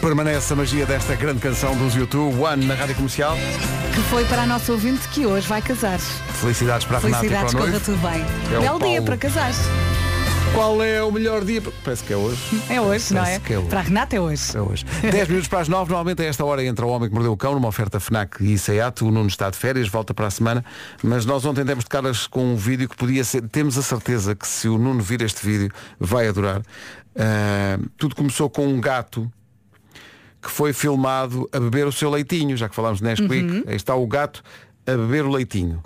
S1: Permanece a magia desta grande canção dos YouTube One na rádio comercial.
S4: Que foi para a nossa ouvinte que hoje vai casar.
S1: Felicidades para a Renata e para
S4: Felicidades,
S1: o
S4: corra
S1: noivo.
S4: tudo bem.
S1: É o
S4: Belo dia
S1: Paulo.
S4: para casar.
S1: Qual é o melhor dia? para- Parece que é hoje.
S4: É hoje, não é?
S1: Parece que é hoje.
S4: Para a Renata é hoje.
S1: É hoje. 10 minutos para as 9, normalmente a esta hora entra o Homem que Mordeu o Cão numa oferta FNAC e SEAT, o Nuno está de férias, volta para a semana, mas nós ontem demos de caras com um vídeo que podia ser, temos a certeza que se o Nuno vir este vídeo vai adorar. Ah, tudo começou com um gato que foi filmado a beber o seu leitinho, já que falámos de Nesquik,
S4: Uhum.
S1: aí está o gato a beber o leitinho.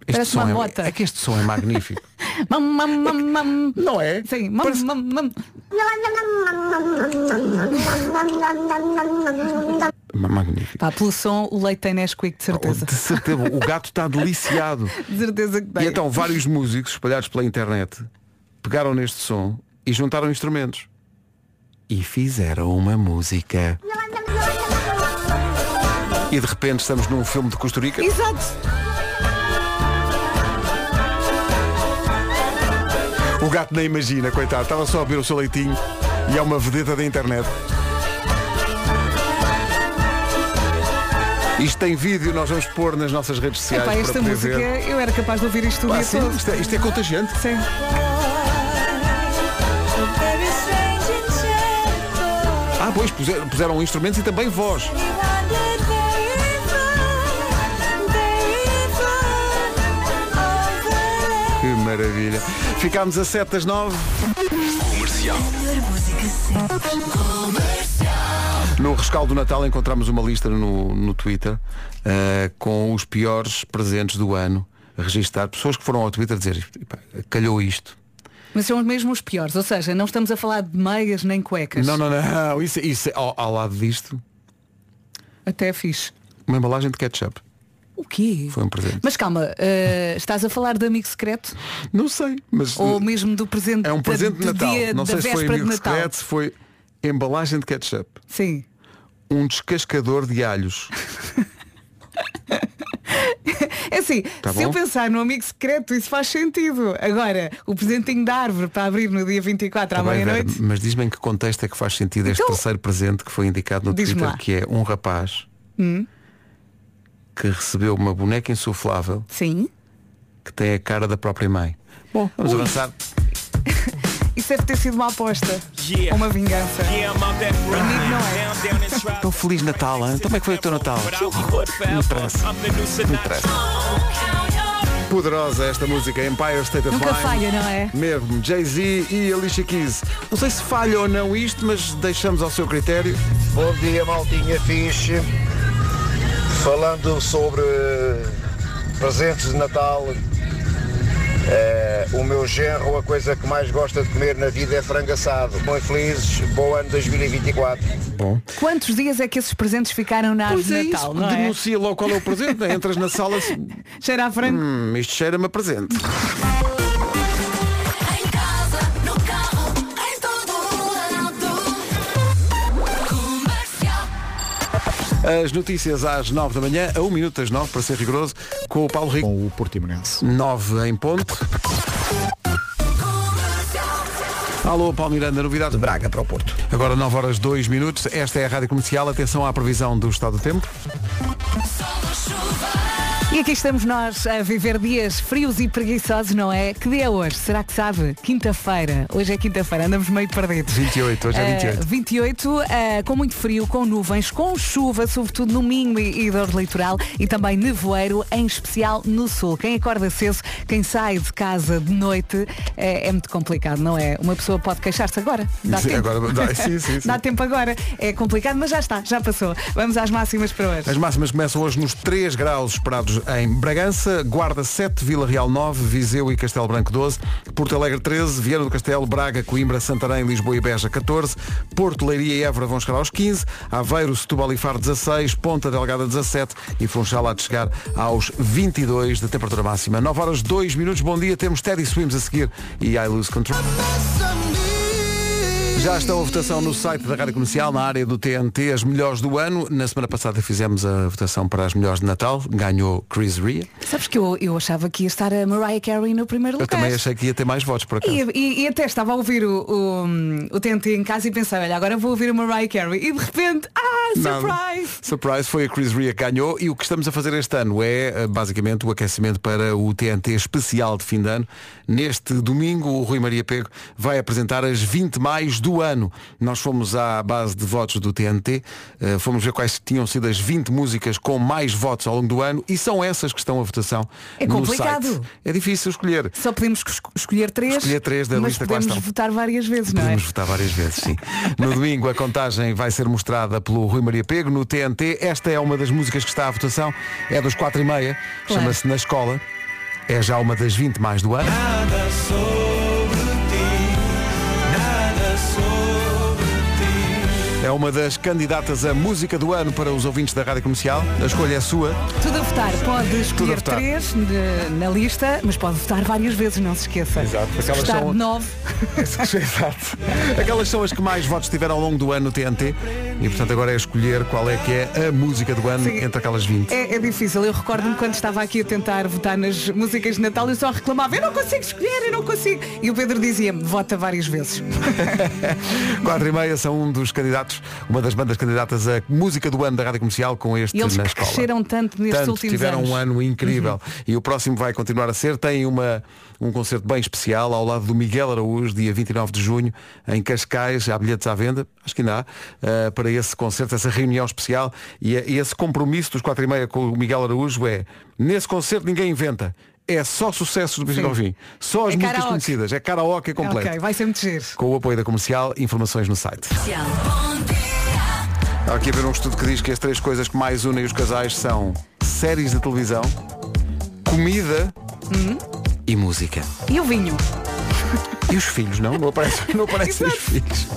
S1: Este
S4: Parece
S1: som
S4: uma
S1: é-
S4: bota.
S1: é que este som é magnífico.
S4: Mam, mam, mam, mam.
S1: Não é?
S4: Sim, mam, mam, mam.
S1: Magnífico.
S4: Pá, pelo som, o leite tem Nesquik, de certeza.
S1: Oh, De certeza, o gato está deliciado.
S4: De certeza que
S1: E
S4: tem.
S1: então vários músicos espalhados pela internet pegaram neste som e juntaram instrumentos. E fizeram uma música. E de repente estamos num filme de Costa Rica.
S4: Exato.
S1: O gato nem imagina, coitado. Estava só a ver o seu leitinho e é uma vedeta da internet. Isto tem vídeo, nós vamos pôr nas nossas redes sociais.
S4: Epá,
S1: para
S4: esta
S1: poder
S4: música,
S1: ver.
S4: eu era capaz de ouvir isto o
S1: Pá,
S4: dia
S1: sim,
S4: todo.
S1: isto, é, isto é contagiante.
S4: Sim.
S1: Ah, pois, puseram, puseram instrumentos e também voz. Que maravilha. Ficámos a 7 das 9. Comercial. No rescaldo do Natal encontramos uma lista no, no Twitter eh, com os piores presentes do ano. Registar pessoas que foram ao Twitter dizer "Epá, calhou isto.
S4: Mas são mesmo os piores, ou seja, não estamos a falar de meias nem cuecas.
S1: Não, não, não. Isso, isso é- ao, ao lado disto,
S4: Até é fixe.
S1: uma embalagem de ketchup.
S4: O quê?
S1: Foi um presente.
S4: Mas calma, eh, estás a falar de amigo secreto?
S1: Não sei, mas.
S4: Ou mesmo do presente
S1: É um
S4: da-
S1: presente de
S4: do
S1: Natal.
S4: dia
S1: Não
S4: da
S1: sei se foi
S4: véspera de
S1: amigo
S4: Natal.
S1: secreto, se foi embalagem de ketchup.
S4: Sim.
S1: Um descascador de alhos.
S4: É assim,
S1: Tá
S4: se
S1: bom.
S4: eu pensar no amigo secreto, isso faz sentido. Agora, o presentinho da árvore para abrir no dia 24 à
S1: Tá bem, Vera,
S4: meia-noite.
S1: mas diz-me em que contexto é que faz sentido este
S4: Então-
S1: terceiro presente que foi indicado no
S4: Diz-me
S1: Twitter,
S4: lá.
S1: que é um rapaz
S4: Hum,
S1: que recebeu uma boneca insuflável
S4: sim.
S1: que tem a cara da própria mãe. Bom, vamos avançar.
S4: Isso deve ter sido uma aposta. ou Uma vingança. Comigo não é.
S1: Então feliz Natal, hein? Então como é que foi o teu Natal? Não interessa. Não interessa. Poderosa esta música, Empire State of
S4: Nunca
S1: Mind.
S4: falha, não é?
S1: Mesmo, Jay-Z e Alicia Keys. Não sei se falha ou não isto, mas deixamos ao seu critério.
S14: Bom dia, maltinha fixe. Falando sobre presentes de Natal, eh, o meu genro, a coisa que mais gosta de comer na vida é frango assado. Muito felizes, bom ano 2024.
S4: Quantos dias é que esses presentes ficaram na
S1: Pois
S4: árvore
S1: é
S4: de Natal,
S1: isso,
S4: não é?
S1: denuncia logo qual é o presente, né? entras na sala se-
S4: Cheira à frente.
S1: Hum, isto cheira-me a presente. As notícias às 9 da manhã, a 1 minuto das 9, para ser rigoroso, com o Paulo Rico. Com o Portimonense. 9 em ponto. Alô, Paulo Miranda, novidade? De Braga para o Porto. Agora 9 horas 2 minutos. Esta é a Rádio Comercial. Atenção à previsão do estado do tempo.
S4: E aqui estamos nós a viver dias frios e preguiçosos, não é? Que dia é hoje? Será que sabe? Quinta-feira. Hoje é quinta-feira, andamos meio perdidos.
S1: 28, hoje é
S4: Eh,
S1: 28.
S4: 28, eh, com muito frio, com nuvens, com chuva, sobretudo no Minho e, e dor litoral e também nevoeiro, em especial no sul. Quem acorda cedo, quem sai de casa de noite, eh, é muito complicado, não é? Uma pessoa pode queixar-se agora. Dá
S1: Sim,
S4: tempo.
S1: agora dá- sim, sim, sim.
S4: Dá tempo agora. É complicado, mas já está, já passou. Vamos às máximas para hoje.
S1: As máximas começam hoje nos 3 graus esperados hoje em Bragança, Guarda 7, Vila Real 9, Viseu e Castelo Branco 12, Porto Alegre 13, Viana do Castelo, Braga, Coimbra, Santarém, Lisboa e Beja 14, Porto, Leiria e Évora vão chegar aos 15, Aveiro, Setúbal e Faro 16, Ponta Delgada 17 e Funchal há de chegar aos 22 de temperatura máxima. 9 horas 2 minutos, bom dia, temos Teddy Swims a seguir e I Lose Control. Já está a votação no site da Rádio Comercial, na área do TNT, as melhores do ano. Na semana passada fizemos a votação para as melhores de Natal, ganhou Chris Rea.
S4: Sabes que eu, eu achava que ia estar a Mariah Carey no primeiro
S1: Eu
S4: lugar.
S1: também achei que ia ter mais votos, por acaso.
S4: E, e- e até estava a ouvir o, o, o TNT em casa e pensei, olha, agora vou ouvir o Mariah Carey. E de repente, ah,
S1: Nada.
S4: surprise!
S1: Surprise foi a Chris Ria que ganhou e o que estamos a fazer este ano é eh, basicamente o aquecimento para o TNT especial de fim de ano. Neste domingo o Rui Maria Pego vai apresentar as 20 mais do ano. Nós fomos à base de votos do TNT, eh, fomos ver quais tinham sido as 20 músicas com mais votos ao longo do ano e são essas que estão a votação
S4: É
S1: no
S4: complicado.
S1: site. É difícil escolher.
S4: Só podemos es- escolher três,
S1: Escolher três da
S4: mas
S1: lista que lá
S4: podemos
S1: estão.
S4: votar várias vezes, não é?
S1: Podemos votar várias vezes, sim. No domingo a contagem vai ser mostrada pelo Rui Maria Pego no TNT. Esta é uma das músicas que está à votação. É dos 4 e meia.
S12: Claro.
S1: Chama-se Na Escola. É já uma das 20 mais do ano.
S12: Nada sobre ti, nada sobre ti.
S1: É uma das candidatas a música do ano para os ouvintes da Rádio Comercial. A escolha é sua.
S4: Tudo a votar, pode
S1: Tudo a
S4: escolher
S1: votar.
S4: três de- na lista, mas pode votar várias vezes, não se esqueça. Exato,
S1: aquelas
S4: se gostar
S1: são-
S4: de nove,
S1: Exato. Aquelas são as que mais votos tiveram ao longo do ano no TNT. E portanto agora é escolher qual é que é a música do ano entre aquelas 20.
S4: é, é difícil. Eu recordo-me quando estava aqui a tentar votar nas músicas de Natal, eu só reclamava, eu não consigo escolher, eu não consigo. E o Pedro dizia-me, vota várias vezes.
S1: 4 e meia são um dos candidatos, uma das bandas candidatas a música do ano da Rádio Comercial com este
S4: E eles
S1: na escola.
S4: cresceram tanto nestes
S1: Tanto,
S4: últimos
S1: tiveram
S4: anos. Uhum.
S1: um ano incrível e o próximo vai continuar a ser. Tem uma, um concerto bem especial ao lado do Miguel Araújo, dia 29 de junho, em Cascais. Há bilhetes à venda, acho que ainda há, ah, para esse concerto, essa reunião especial. E, eh, e esse compromisso dos 4 e meia com o Miguel Araújo é, nesse concerto ninguém inventa. É só sucessos do princípio ao
S4: Sim.
S1: fim. Só as
S4: É
S1: músicas
S4: karaoke.
S1: conhecidas. É karaoke completo.
S4: Ok, vai ser muito giro.
S1: Com o apoio da comercial, informações no site. Há aqui a ver um estudo que diz que as três coisas que mais unem os casais são séries de televisão, comida
S4: Hum?
S1: e música.
S4: E o vinho?
S1: E os filhos, não? Não aparecem, não aparecem os filhos.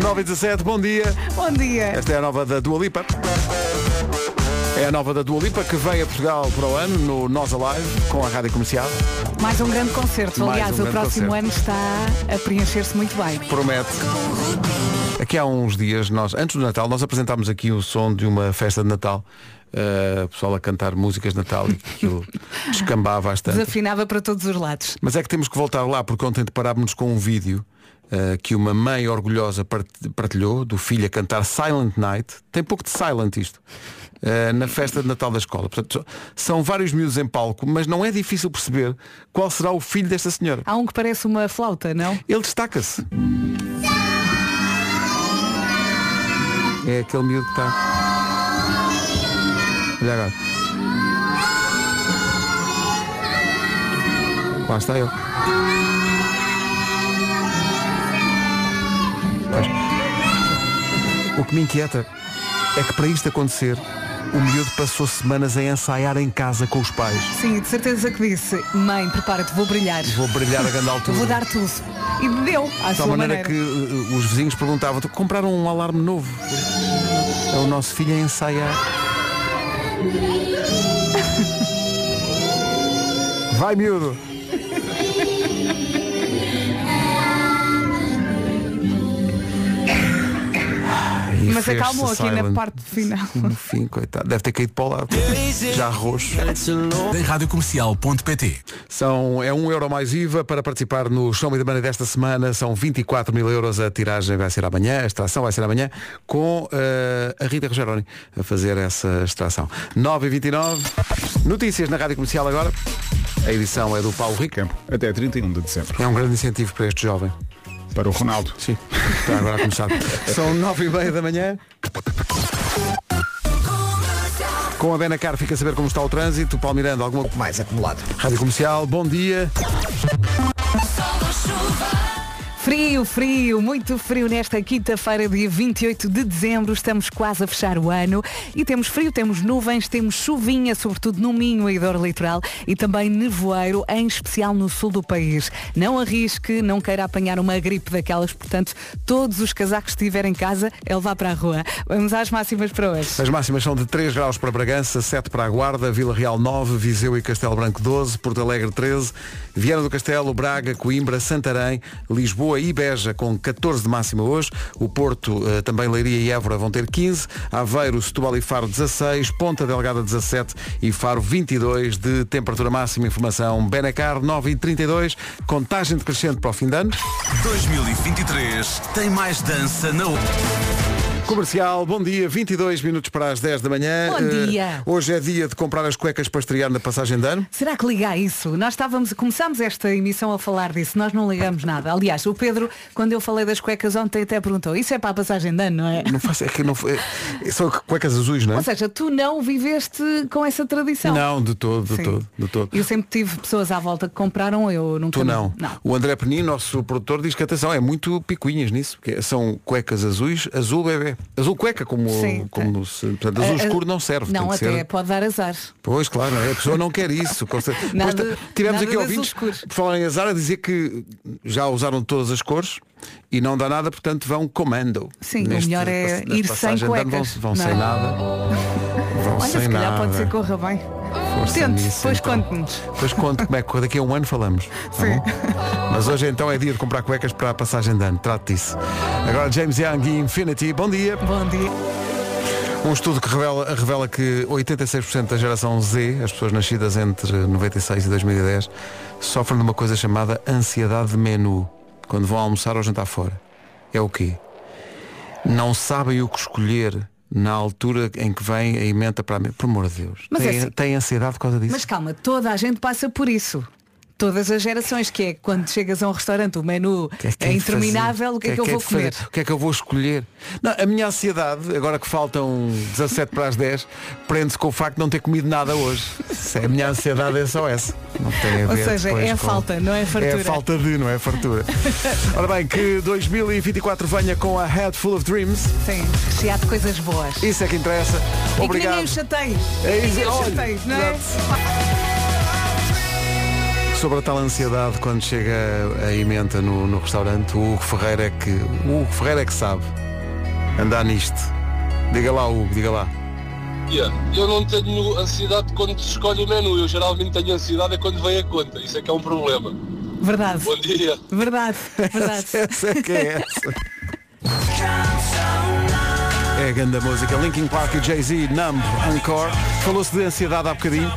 S1: 9 e 17, bom dia.
S4: Bom dia.
S1: Esta é a nova da Dua Lipa. É a nova da Dua Lipa que vem a Portugal para o ano no Nós Alive com a Rádio Comercial.
S4: Mais um grande concerto.
S1: Mais
S4: Aliás,
S1: um
S4: o
S1: grande
S4: próximo
S1: concerto.
S4: ano está a preencher-se muito bem.
S1: Promete. Aqui há uns dias, nós, antes do Natal, nós apresentámos aqui o som de uma festa de Natal. Uh, o pessoal a cantar músicas de Natal e aquilo descambava bastante.
S4: Desafinava para todos os lados.
S1: Mas é que temos que voltar lá porque ontem deparámos-nos com um vídeo eh, que uma mãe orgulhosa part- partilhou do filho a cantar Silent Night. Tem pouco de silent isto. eh, na festa de Natal da escola. Portanto, são vários miúdos em palco, mas não é difícil perceber qual será o filho desta senhora.
S4: Há um que parece uma flauta, não?
S1: Ele destaca-se. É aquele miúdo que está. Olha agora. Lá está ele. Pois. O que me inquieta é que para isto acontecer, o miúdo passou semanas a ensaiar em casa com os pais.
S4: Sim, de certeza que disse, mãe, prepara-te, vou brilhar.
S1: Vou brilhar a grande altura.
S4: Vou dar tudo. E deu, à
S1: De
S4: sua
S1: tal maneira,
S4: maneira.
S1: que uh, os vizinhos perguntavam, "Tu compraram um alarme novo. É o nosso filho a ensaiar. Vai miúdo! E
S4: Mas
S1: fez-se
S4: acalmou aqui na
S1: silent.
S4: parte final.
S1: No fim, coitado. Deve ter caído para o lado. Já roxo.
S12: Radiocomercial.pt
S1: São, é um euro mais IVA para participar no Show Me the Money desta semana. São 24 mil euros. A tiragem vai ser amanhã, a extração vai ser amanhã, com eh, a Rita Rogeroni a fazer essa extração. 9 e 29 Notícias na Rádio Comercial agora. A edição é do Paulo Rico.
S15: Até 31 de dezembro.
S1: É um grande incentivo para este jovem.
S15: Para o Ronaldo.
S1: Sim. Está agora a começar. São 9 e meia da manhã. Com a Benacar fica a saber como está o trânsito. Paulo Miranda, alguma mais acumulado. Rádio Comercial, bom dia.
S4: Frio, frio, muito frio nesta quinta-feira, dia 28 de dezembro. Estamos quase a fechar o ano e temos frio, temos nuvens, temos chuvinha, sobretudo no Minho e Dor Litoral e também nevoeiro, em especial no sul do país. Não arrisque, não queira apanhar uma gripe daquelas, portanto, todos os casacos que tiver em casa é levar para a rua. Vamos às máximas para hoje.
S1: As máximas são de 3 graus para Bragança, 7 para a Guarda, Vila Real 9, Viseu e Castelo Branco 12, Porto Alegre 13, Viana do Castelo, Braga, Coimbra, Santarém, Lisboa e Beja com 14 de máxima hoje, o Porto, eh, também Leiria e Évora vão ter 15, Aveiro, Setúbal e Faro 16, Ponta Delgada 17 e Faro 22 de temperatura máxima. Informação Benacar 9 e 32, contagem decrescente para o fim de ano.
S12: 2023 tem mais dança na
S1: Comercial, bom dia, 22 minutos para as 10 da manhã.
S4: Bom
S1: Eh,
S4: dia.
S1: hoje é dia de comprar as cuecas para estrear na passagem de ano.
S4: Será que liga a isso? Nós estávamos, começámos esta emissão a falar disso, nós não ligamos nada. Aliás, o Pedro, quando eu falei das cuecas ontem, até perguntou, isso é para a passagem de ano, não é?
S1: Não faço, é que não foi- é- São cuecas azuis, não é?
S4: Ou seja, tu não viveste com essa tradição.
S1: Não, de todo, de
S4: Sim.
S1: todo, de todo.
S4: Eu sempre tive pessoas à volta que compraram, eu nunca.
S1: Tu não. O André Penin, nosso produtor, diz que atenção, é muito picuinhas nisso, porque são cuecas azuis, azul bebê. Azul cueca, como,
S4: Sim,
S1: como se- portanto, azul
S4: Ah, ah,
S1: escuro não serve.
S4: Não,
S1: tem que
S4: até
S1: ser.
S4: pode dar azar.
S1: Pois, claro, a pessoa não quer isso. com certeza. Depois
S4: Nada-
S1: t- tivemos
S4: nada
S1: aqui
S4: de
S1: ouvintes
S4: azul escuro.
S1: por falarem azar a dizer que já usaram todas as cores e não dá nada, portanto vão comando.
S4: Sim, o melhor é
S1: pass- na
S4: ir sem
S1: passagem de ano,
S4: cuecas,
S1: Vão, vão
S4: não é?
S1: sem nada. Vão
S4: Olha,
S1: sem
S4: se calhar
S1: nada.
S4: pode ser que corra bem.
S1: Força
S4: Tente,
S1: nisso,
S4: depois
S1: então.
S4: conte-nos.
S1: Depois conto como é que corre. daqui a um ano falamos. tá bom? Mas hoje então é dia de comprar cuecas para a passagem de ano. Trate disso. Agora James Young e Infinity. Bom dia.
S4: Bom dia.
S1: Um estudo que revela, revela que 86% da geração Z, as pessoas nascidas entre 96 e 2010, sofrem de uma coisa chamada ansiedade de menu, quando vão almoçar ou jantar fora. É o quê? Não sabem o que escolher na altura em que vem a emenda para a mesa. Por amor de Deus.
S4: Mas é
S1: Tem,
S4: assim-
S1: tem ansiedade por causa disso?
S4: Mas calma, toda a gente passa por isso. Todas as gerações, que é quando chegas a um restaurante, o menu
S1: que
S4: é,
S1: hei de
S4: interminável,
S1: fazer?
S4: o que é que,
S1: hei
S4: eu vou
S1: de
S4: comer?
S1: fazer? O que é que eu vou escolher? Não, a minha ansiedade, agora que faltam 17 para as 10, prende-se com o facto de não ter comido nada hoje. Se A minha ansiedade é só essa. Não tem a
S4: Ou
S1: ver
S4: seja,
S1: depois
S4: é a
S1: com-
S4: falta, não é a fartura.
S1: É a falta de, não é a fartura. Ora bem, que 2024 venha com a Head Full of Dreams.
S4: Sim, recheado de coisas boas.
S1: Isso é que interessa.
S4: E que ninguém
S1: Obrigado.
S4: os chateie.
S1: É isso,
S4: ninguém os
S1: olha,
S4: chateie, não é?
S1: Sobre a tal ansiedade quando chega a emenda no, no restaurante, o Hugo Ferreira é que. O Hugo Ferreira é que sabe andar nisto. Diga lá, Hugo, diga lá.
S16: Yeah. Eu não tenho ansiedade quando se escolhe o menu, eu geralmente tenho ansiedade é quando vem a conta, isso é que é um problema.
S4: Verdade.
S16: Bom dia.
S4: Verdade, verdade.
S1: essa é que é essa. É a grande música. Linkin Park e Jay-Z, Numb, Encore. Falou-se de ansiedade há bocadinho.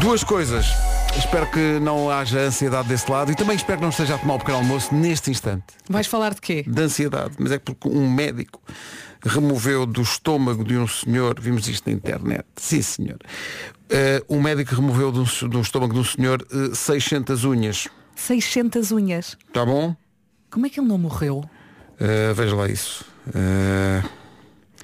S1: Duas coisas. Espero que não haja ansiedade desse lado e também espero que não esteja a tomar o pequeno almoço neste instante.
S4: Vais falar de quê?
S1: De ansiedade. Mas é porque um médico removeu do estômago de um senhor, vimos isto na internet, sim senhor, Eh, um médico removeu do, do estômago de um senhor eh, 600 unhas.
S4: 600 unhas.
S1: Está bom?
S4: Como é que ele não morreu?
S1: Uh, veja lá isso. Uh,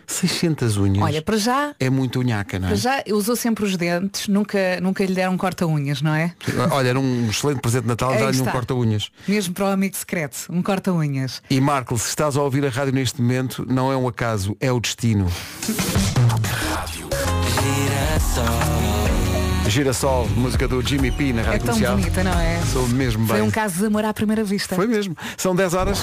S1: 600 unhas.
S4: Olha, para já,
S1: É muito unhaca, não é?
S4: para já usou sempre os dentes, nunca, nunca lhe deram corta-unhas, não é?
S1: Olha, era um excelente presente de Natal,
S4: Aí
S1: dá-lhe um
S4: está.
S1: corta-unhas.
S4: Mesmo para o amigo secreto, um corta-unhas.
S1: E Marco, se estás a ouvir a rádio neste momento, não é um acaso, é o destino. Girassol, música do Jimmy P na rádio
S4: É tão
S1: comercial.
S4: bonita, não é?
S1: Sou mesmo
S4: Foi
S1: bem.
S4: um caso de amor à primeira vista.
S1: Foi mesmo. São 10 horas.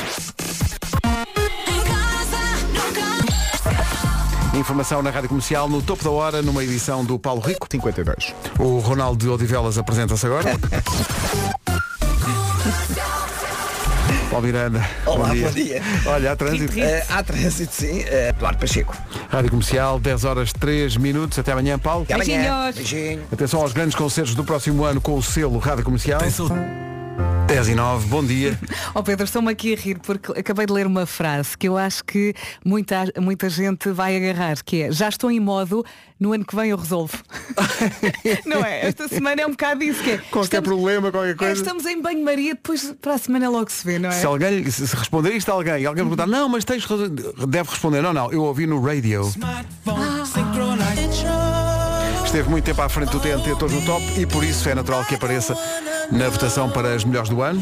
S1: Informação na Rádio Comercial, no topo da hora, numa edição do Paulo Rico. 52. O Ronaldo de Odivelas apresenta-se agora. Paulo Miranda.
S3: Olá,
S1: bom dia.
S3: bom dia.
S1: Olha, há trânsito.
S3: Eh, há trânsito, sim. Eh, Eduardo Pacheco.
S1: Rádio Comercial, 10 horas 3 minutos. Até amanhã, Paulo.
S3: Até amanhã. Beijinhos. Beijinho.
S1: Atenção aos grandes concertos do próximo ano com o selo Rádio Comercial. 10 e 9, bom dia.
S4: Oh Pedro, estou-me aqui a rir porque acabei de ler uma frase que eu acho que muita, muita gente vai agarrar, que é já estou em modo, no ano que vem eu resolvo. Não é? Esta semana é um bocado isso que é.
S1: Qualquer problema, qualquer
S4: é,
S1: coisa.
S4: estamos em banho-maria, depois para a semana logo se vê, não é?
S1: Se alguém se se responder isto a alguém e alguém perguntar, não, mas tens razão", deve responder, não, não, eu ouvi no radio. Esteve muito tempo à frente do TNT todos no top e por isso é natural que apareça na votação para as melhores do ano.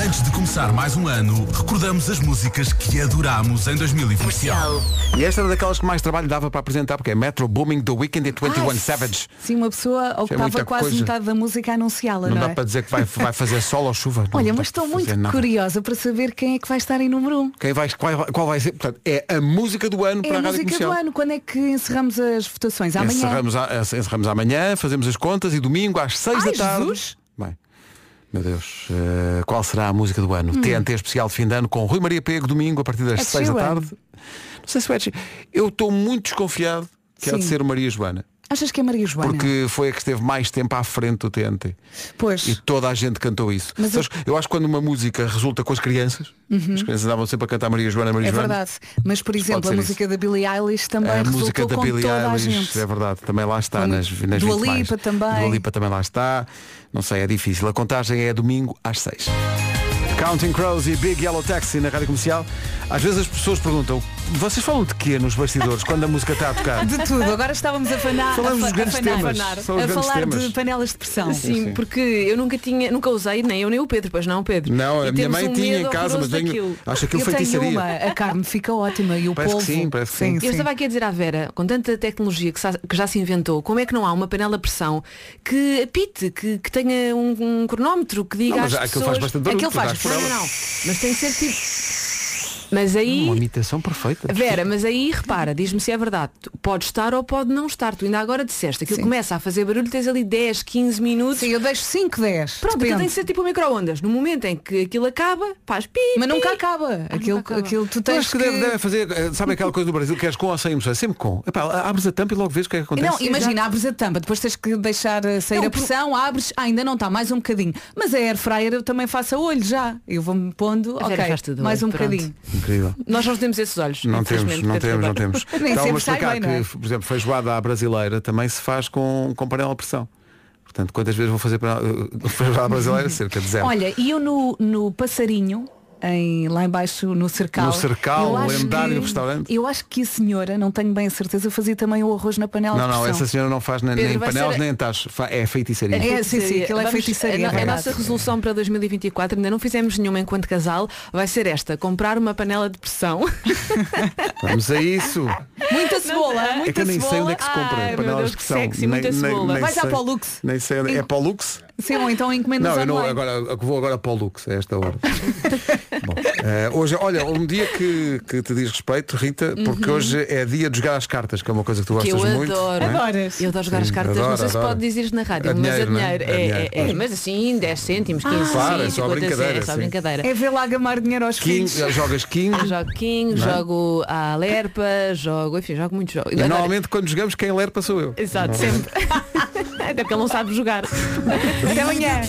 S17: Antes de começar mais um ano, recordamos as músicas que adorámos em 2020.
S1: E esta era daquelas que mais trabalho dava para apresentar, porque é Metro Booming do Weekend e 21
S4: Ai,
S1: Savage.
S4: Sim, uma pessoa ocupava
S1: é muita
S4: quase
S1: coisa.
S4: metade da música a anunciá-la,
S1: Não,
S4: não,
S1: dá
S4: é?
S1: para dizer que vai, vai fazer sol ou chuva. Não
S4: Olha,
S1: dá
S4: mas
S1: para
S4: estou
S1: fazer
S4: muito
S1: nada.
S4: curiosa para saber quem é que vai estar em número 1. Um.
S1: Quem vai, qual, qual vai ser? Portanto, é a música do ano
S4: É
S1: para
S4: a
S1: a Rádio
S4: música do
S1: Comercial.
S4: ano. Quando é que encerramos as votações? Amanhã.
S1: Encerramos, a- encerramos amanhã, fazemos as contas e domingo às 6
S4: Ai,
S1: da tarde.
S4: Jesus!
S1: Bem, meu Deus, eh, qual será a música do ano? TNT especial de fim de ano com Rui Maria Pego, domingo, a partir das
S4: Hum. Ed
S1: 6 da
S4: Sheeran.
S1: tarde. Não sei se é Eu estou muito desconfiado que há de
S4: Sim.
S1: ser Maria Joana.
S4: Achas que é Maria Joana?
S1: Porque foi a que esteve mais tempo à frente do TNT.
S4: Pois. é
S1: E toda a gente cantou isso.
S4: Mas
S1: Sabes, eu... acho que quando uma música resulta com as crianças,
S4: Uhum.
S1: as crianças andavam sempre a cantar Maria Joana, Maria
S4: É
S1: Joana.
S4: verdade. Mas, por exemplo,
S1: ser
S4: a
S1: isso.
S4: música da Billie Eilish também
S1: a
S4: resultou
S1: música da
S4: com
S1: Billie
S4: toda a
S1: Eilish,
S4: gente.
S1: é verdade, também lá está nas, nas
S4: Dua
S1: 20 mais.
S4: Lipa também.
S1: Dua Lipa também lá está. Não sei, é difícil. A contagem é domingo às 6. Counting Crows e Big Yellow Taxi na Rádio Comercial. Às vezes as pessoas perguntam, vocês falam de quê nos bastidores quando a música está a tocar?
S4: De tudo, agora estávamos a fanar,
S1: Falamos
S4: a,
S1: dos
S4: fa-
S1: grandes
S4: a fanar,
S1: temas.
S4: fanar,
S1: São os
S4: a
S1: grandes
S4: falar de
S1: temas.
S4: panelas de pressão.
S18: Sim, porque eu nunca tinha, nunca usei, nem eu nem o Pedro, pois não, Pedro?
S1: Não,
S18: E
S1: a minha
S18: temos
S1: mãe
S18: um
S1: tinha
S18: medo
S1: em casa, mas
S18: horroroso
S1: tenho-
S18: daquilo.
S1: acho aquilo feitiçaria.
S4: a carne fica ótima e o
S1: Parece que
S4: polvo.
S1: sim, parece que sim.
S18: Eu estava aqui a dizer à Vera, com tanta tecnologia que, sa- que já se inventou, como é que não há uma panela de pressão que apite, que, que tenha um, um cronómetro, que diga
S1: Não, mas
S18: às
S1: aquilo
S18: pessoas...
S1: faz bastante barulho,
S18: Aquilo
S1: tu dás
S18: faz,
S1: por
S18: não, não,
S1: ela.
S18: não. Mas tem que ser tipo... Mas aí...
S1: Uma imitação perfeita.
S18: Vera, mas aí repara, diz-me se é verdade. Tu Pode estar ou pode não estar. Tu ainda agora disseste, aquilo começa a fazer barulho, tens ali 10, 15 minutos. Sim,
S4: eu deixo 5, 10.
S18: Pronto, aquilo tem que ser tipo um micro-ondas. No momento em que aquilo acaba, faz pi. Ah,
S4: Mas nunca
S18: pi.
S4: acaba. Aquilo, aquilo tu
S1: Eu
S4: tens
S1: acho que, Deve, deve fazer, eh, sabe aquela coisa do Brasil, queres com ou sem emoção? É Sempre com. Epá, abres a tampa e logo vês o que é que acontece.
S4: Não, imagina, abres a tampa, depois tens que deixar eh, sair a pressão, abres, ah, ainda não está, mais um bocadinho. Mas a air fryer eu também faço a olho já. Eu vou-me pondo,
S18: A Vera
S4: ok,
S18: faz tudo a
S4: mais
S18: olho,
S4: um
S18: pronto.
S4: bocadinho.
S1: Incrível.
S18: Nós não temos esses olhos.
S1: Não temos,
S18: infelizmente,
S1: não
S18: Pedro
S1: temos, não
S18: Ribeiro.
S1: temos.
S4: Nem
S1: Estava a
S4: sempre sai
S1: explicar
S4: bem,
S1: que,
S4: não é?
S1: por exemplo, feijoada à brasileira também se faz com, com panela de pressão. Portanto, quantas vezes vou fazer panela- eh, feijoada à brasileira? Cerca de zero.
S4: Olha, e eu no, no passarinho, em, lá embaixo no cercal.
S1: No Cercal,
S4: eu acho
S1: lendário
S4: que-
S1: restaurante.
S4: Eu acho que a senhora, não tenho bem a certeza, fazia também o arroz na panela
S1: não,
S4: de
S1: não,
S4: pressão.
S1: essa senhora não faz nem,
S4: Pedro,
S1: nem
S4: vai
S1: panelas
S4: ser-
S1: nem tachos. Fa- É feitiçaria.
S4: É, sim, sim, aquilo é
S18: Vamos-
S4: feitiçaria,
S18: A, no-
S4: é
S18: a nossa
S4: verdade.
S18: resolução para 2024, ainda não fizemos nenhuma enquanto casal, vai ser esta, comprar uma panela de pressão.
S1: Vamos a isso.
S4: Muita
S18: cebola,
S1: é que eu nem sei onde é que se compra
S18: Ai, meu
S1: panelas
S18: Deus,
S1: de
S18: que
S1: pressão.
S18: sexy, muita cebola. Vai já
S1: sei-
S18: para o Lux.
S1: Nem sei onde- É para o Lux?
S4: Sim, ou então encomendas
S1: Não, eu não,
S4: online.
S1: agora, eu vou agora para o Lux a esta hora. Bom, eh, hoje, olha, um dia que, que te diz respeito, Rita, porque
S18: Uhum.
S1: hoje é dia de jogar às cartas, que é uma coisa que tu
S18: que
S1: gostas
S18: eu
S1: muito.
S18: adoro.
S1: não é?
S18: Eu adoro jogar as
S1: Sim,
S18: cartas.
S1: adoro,
S18: não sei se
S1: adoro.
S18: pode dizer isto na rádio,
S1: É
S18: mas
S1: dinheiro,
S18: é
S1: não é?
S18: dinheiro.
S1: É
S18: É,
S1: dinheiro,
S18: é,
S1: claro.
S18: é, mas assim, 10 cêntimos, 15 cêntimos,
S1: Claro, é só
S18: 50
S1: brincadeira,
S18: É só
S1: sim.
S18: brincadeira.
S4: É ver lá gamar dinheiro aos
S1: King, eh,
S4: filhos.
S1: jogas King.
S18: Eu jogo King,
S1: Não é?
S18: jogo a Lerpa, jogo, enfim, jogo muitos jogos.
S1: E normalmente quando jogamos quem lerpa sou eu.
S18: Exato,
S1: Normalmente.
S18: sempre. Até porque ele não sabe jogar.
S4: Até amanhã.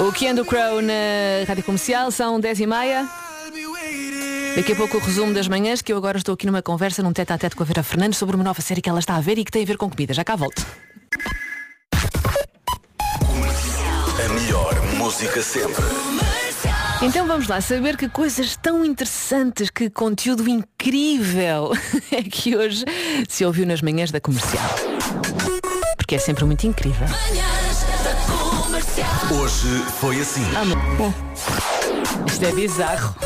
S18: O Keanu Crow na Rádio Comercial são 10 e meia. Daqui a pouco o resumo das manhãs, que eu agora estou aqui numa conversa num tete a tete com a Vera Fernandes sobre uma nova série que ela está a ver e que tem a ver com comida. Já cá volto.
S17: A melhor música sempre.
S18: Então vamos lá saber que coisas tão interessantes, que conteúdo incrível é que hoje se ouviu nas manhãs da comercial. Porque é sempre muito incrível.
S17: Hoje foi assim.
S18: Ah, Bom, isto é bizarro.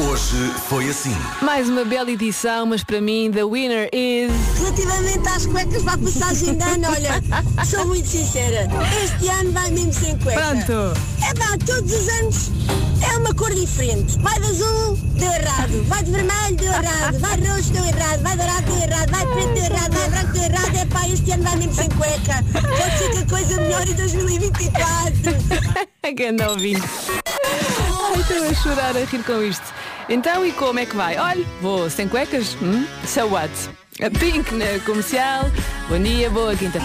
S17: Hoje foi assim.
S18: Mais uma bela edição, mas para mim, the winner is.
S7: Relativamente às cuecas para a passagem de ano, olha, sou muito sincera. Este ano vai mesmo sem cueca.
S4: Pronto.
S7: É pá, todos os anos é uma cor diferente. Vai de azul, deu errado. Vai de vermelho, deu errado. Vai de roxo, deu errado. Vai dourado, deu errado. Vai de preto, deu errado. Vai de branco, deu errado. É pá, este ano vai mesmo sem cueca. Pode ser que a coisa melhore em 2024.
S18: Ganda ouvinte. Ai, estou a chorar a rir com isto. Então, e como é que vai? Olha, vou sem cuecas? Hum? So what? A Pink na comercial. Bom dia, boa quinta.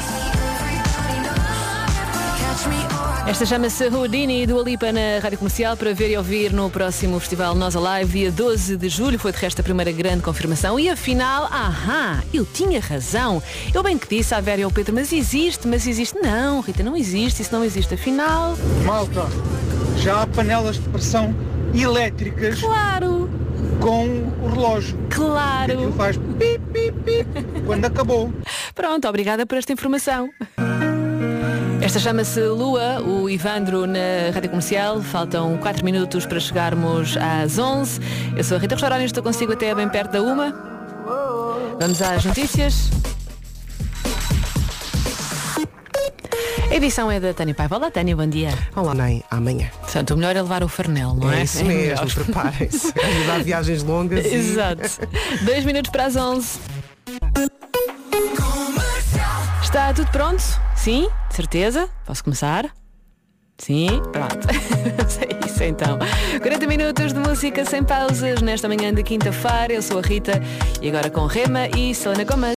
S18: Esta chama-se Houdini e Dua Lipa na Rádio Comercial para ver e ouvir no próximo Festival Nós Alive, dia 12 de julho. Foi de resto a primeira grande confirmação. E afinal, ahá, eu tinha razão. Eu bem que disse à Vera e ao Pedro, mas existe, mas existe. Não, Rita, não existe, isso não existe. Afinal,
S10: Malta, já há panelas de pressão elétricas
S18: claro.
S10: com o relógio.
S18: Claro.
S10: Aquilo faz pip, pip, pip, quando acabou.
S18: Pronto, obrigada por esta informação. Esta chama-se Lua, o Ivandro na Rádio Comercial. Faltam 4 minutos para chegarmos às 11. Eu sou a Rita Restaurante, estou consigo até bem perto da uma. Vamos às notícias. A edição é da Tânia Paiva. Olá, Tânia, bom dia.
S19: Olá, Ney, amanhã.
S18: Portanto, o melhor é levar o farnel, não é?
S19: isso
S18: melhor.
S19: mesmo, preparem-se. Dá viagens longas. e-
S18: Exato. Dois minutos para as 11. Está tudo pronto? Sim, de certeza. Posso começar? Sim, pronto. é isso então. 40 minutos de música sem pausas nesta manhã de quinta-feira. Eu sou a Rita e agora com Rema e Selena Gomez.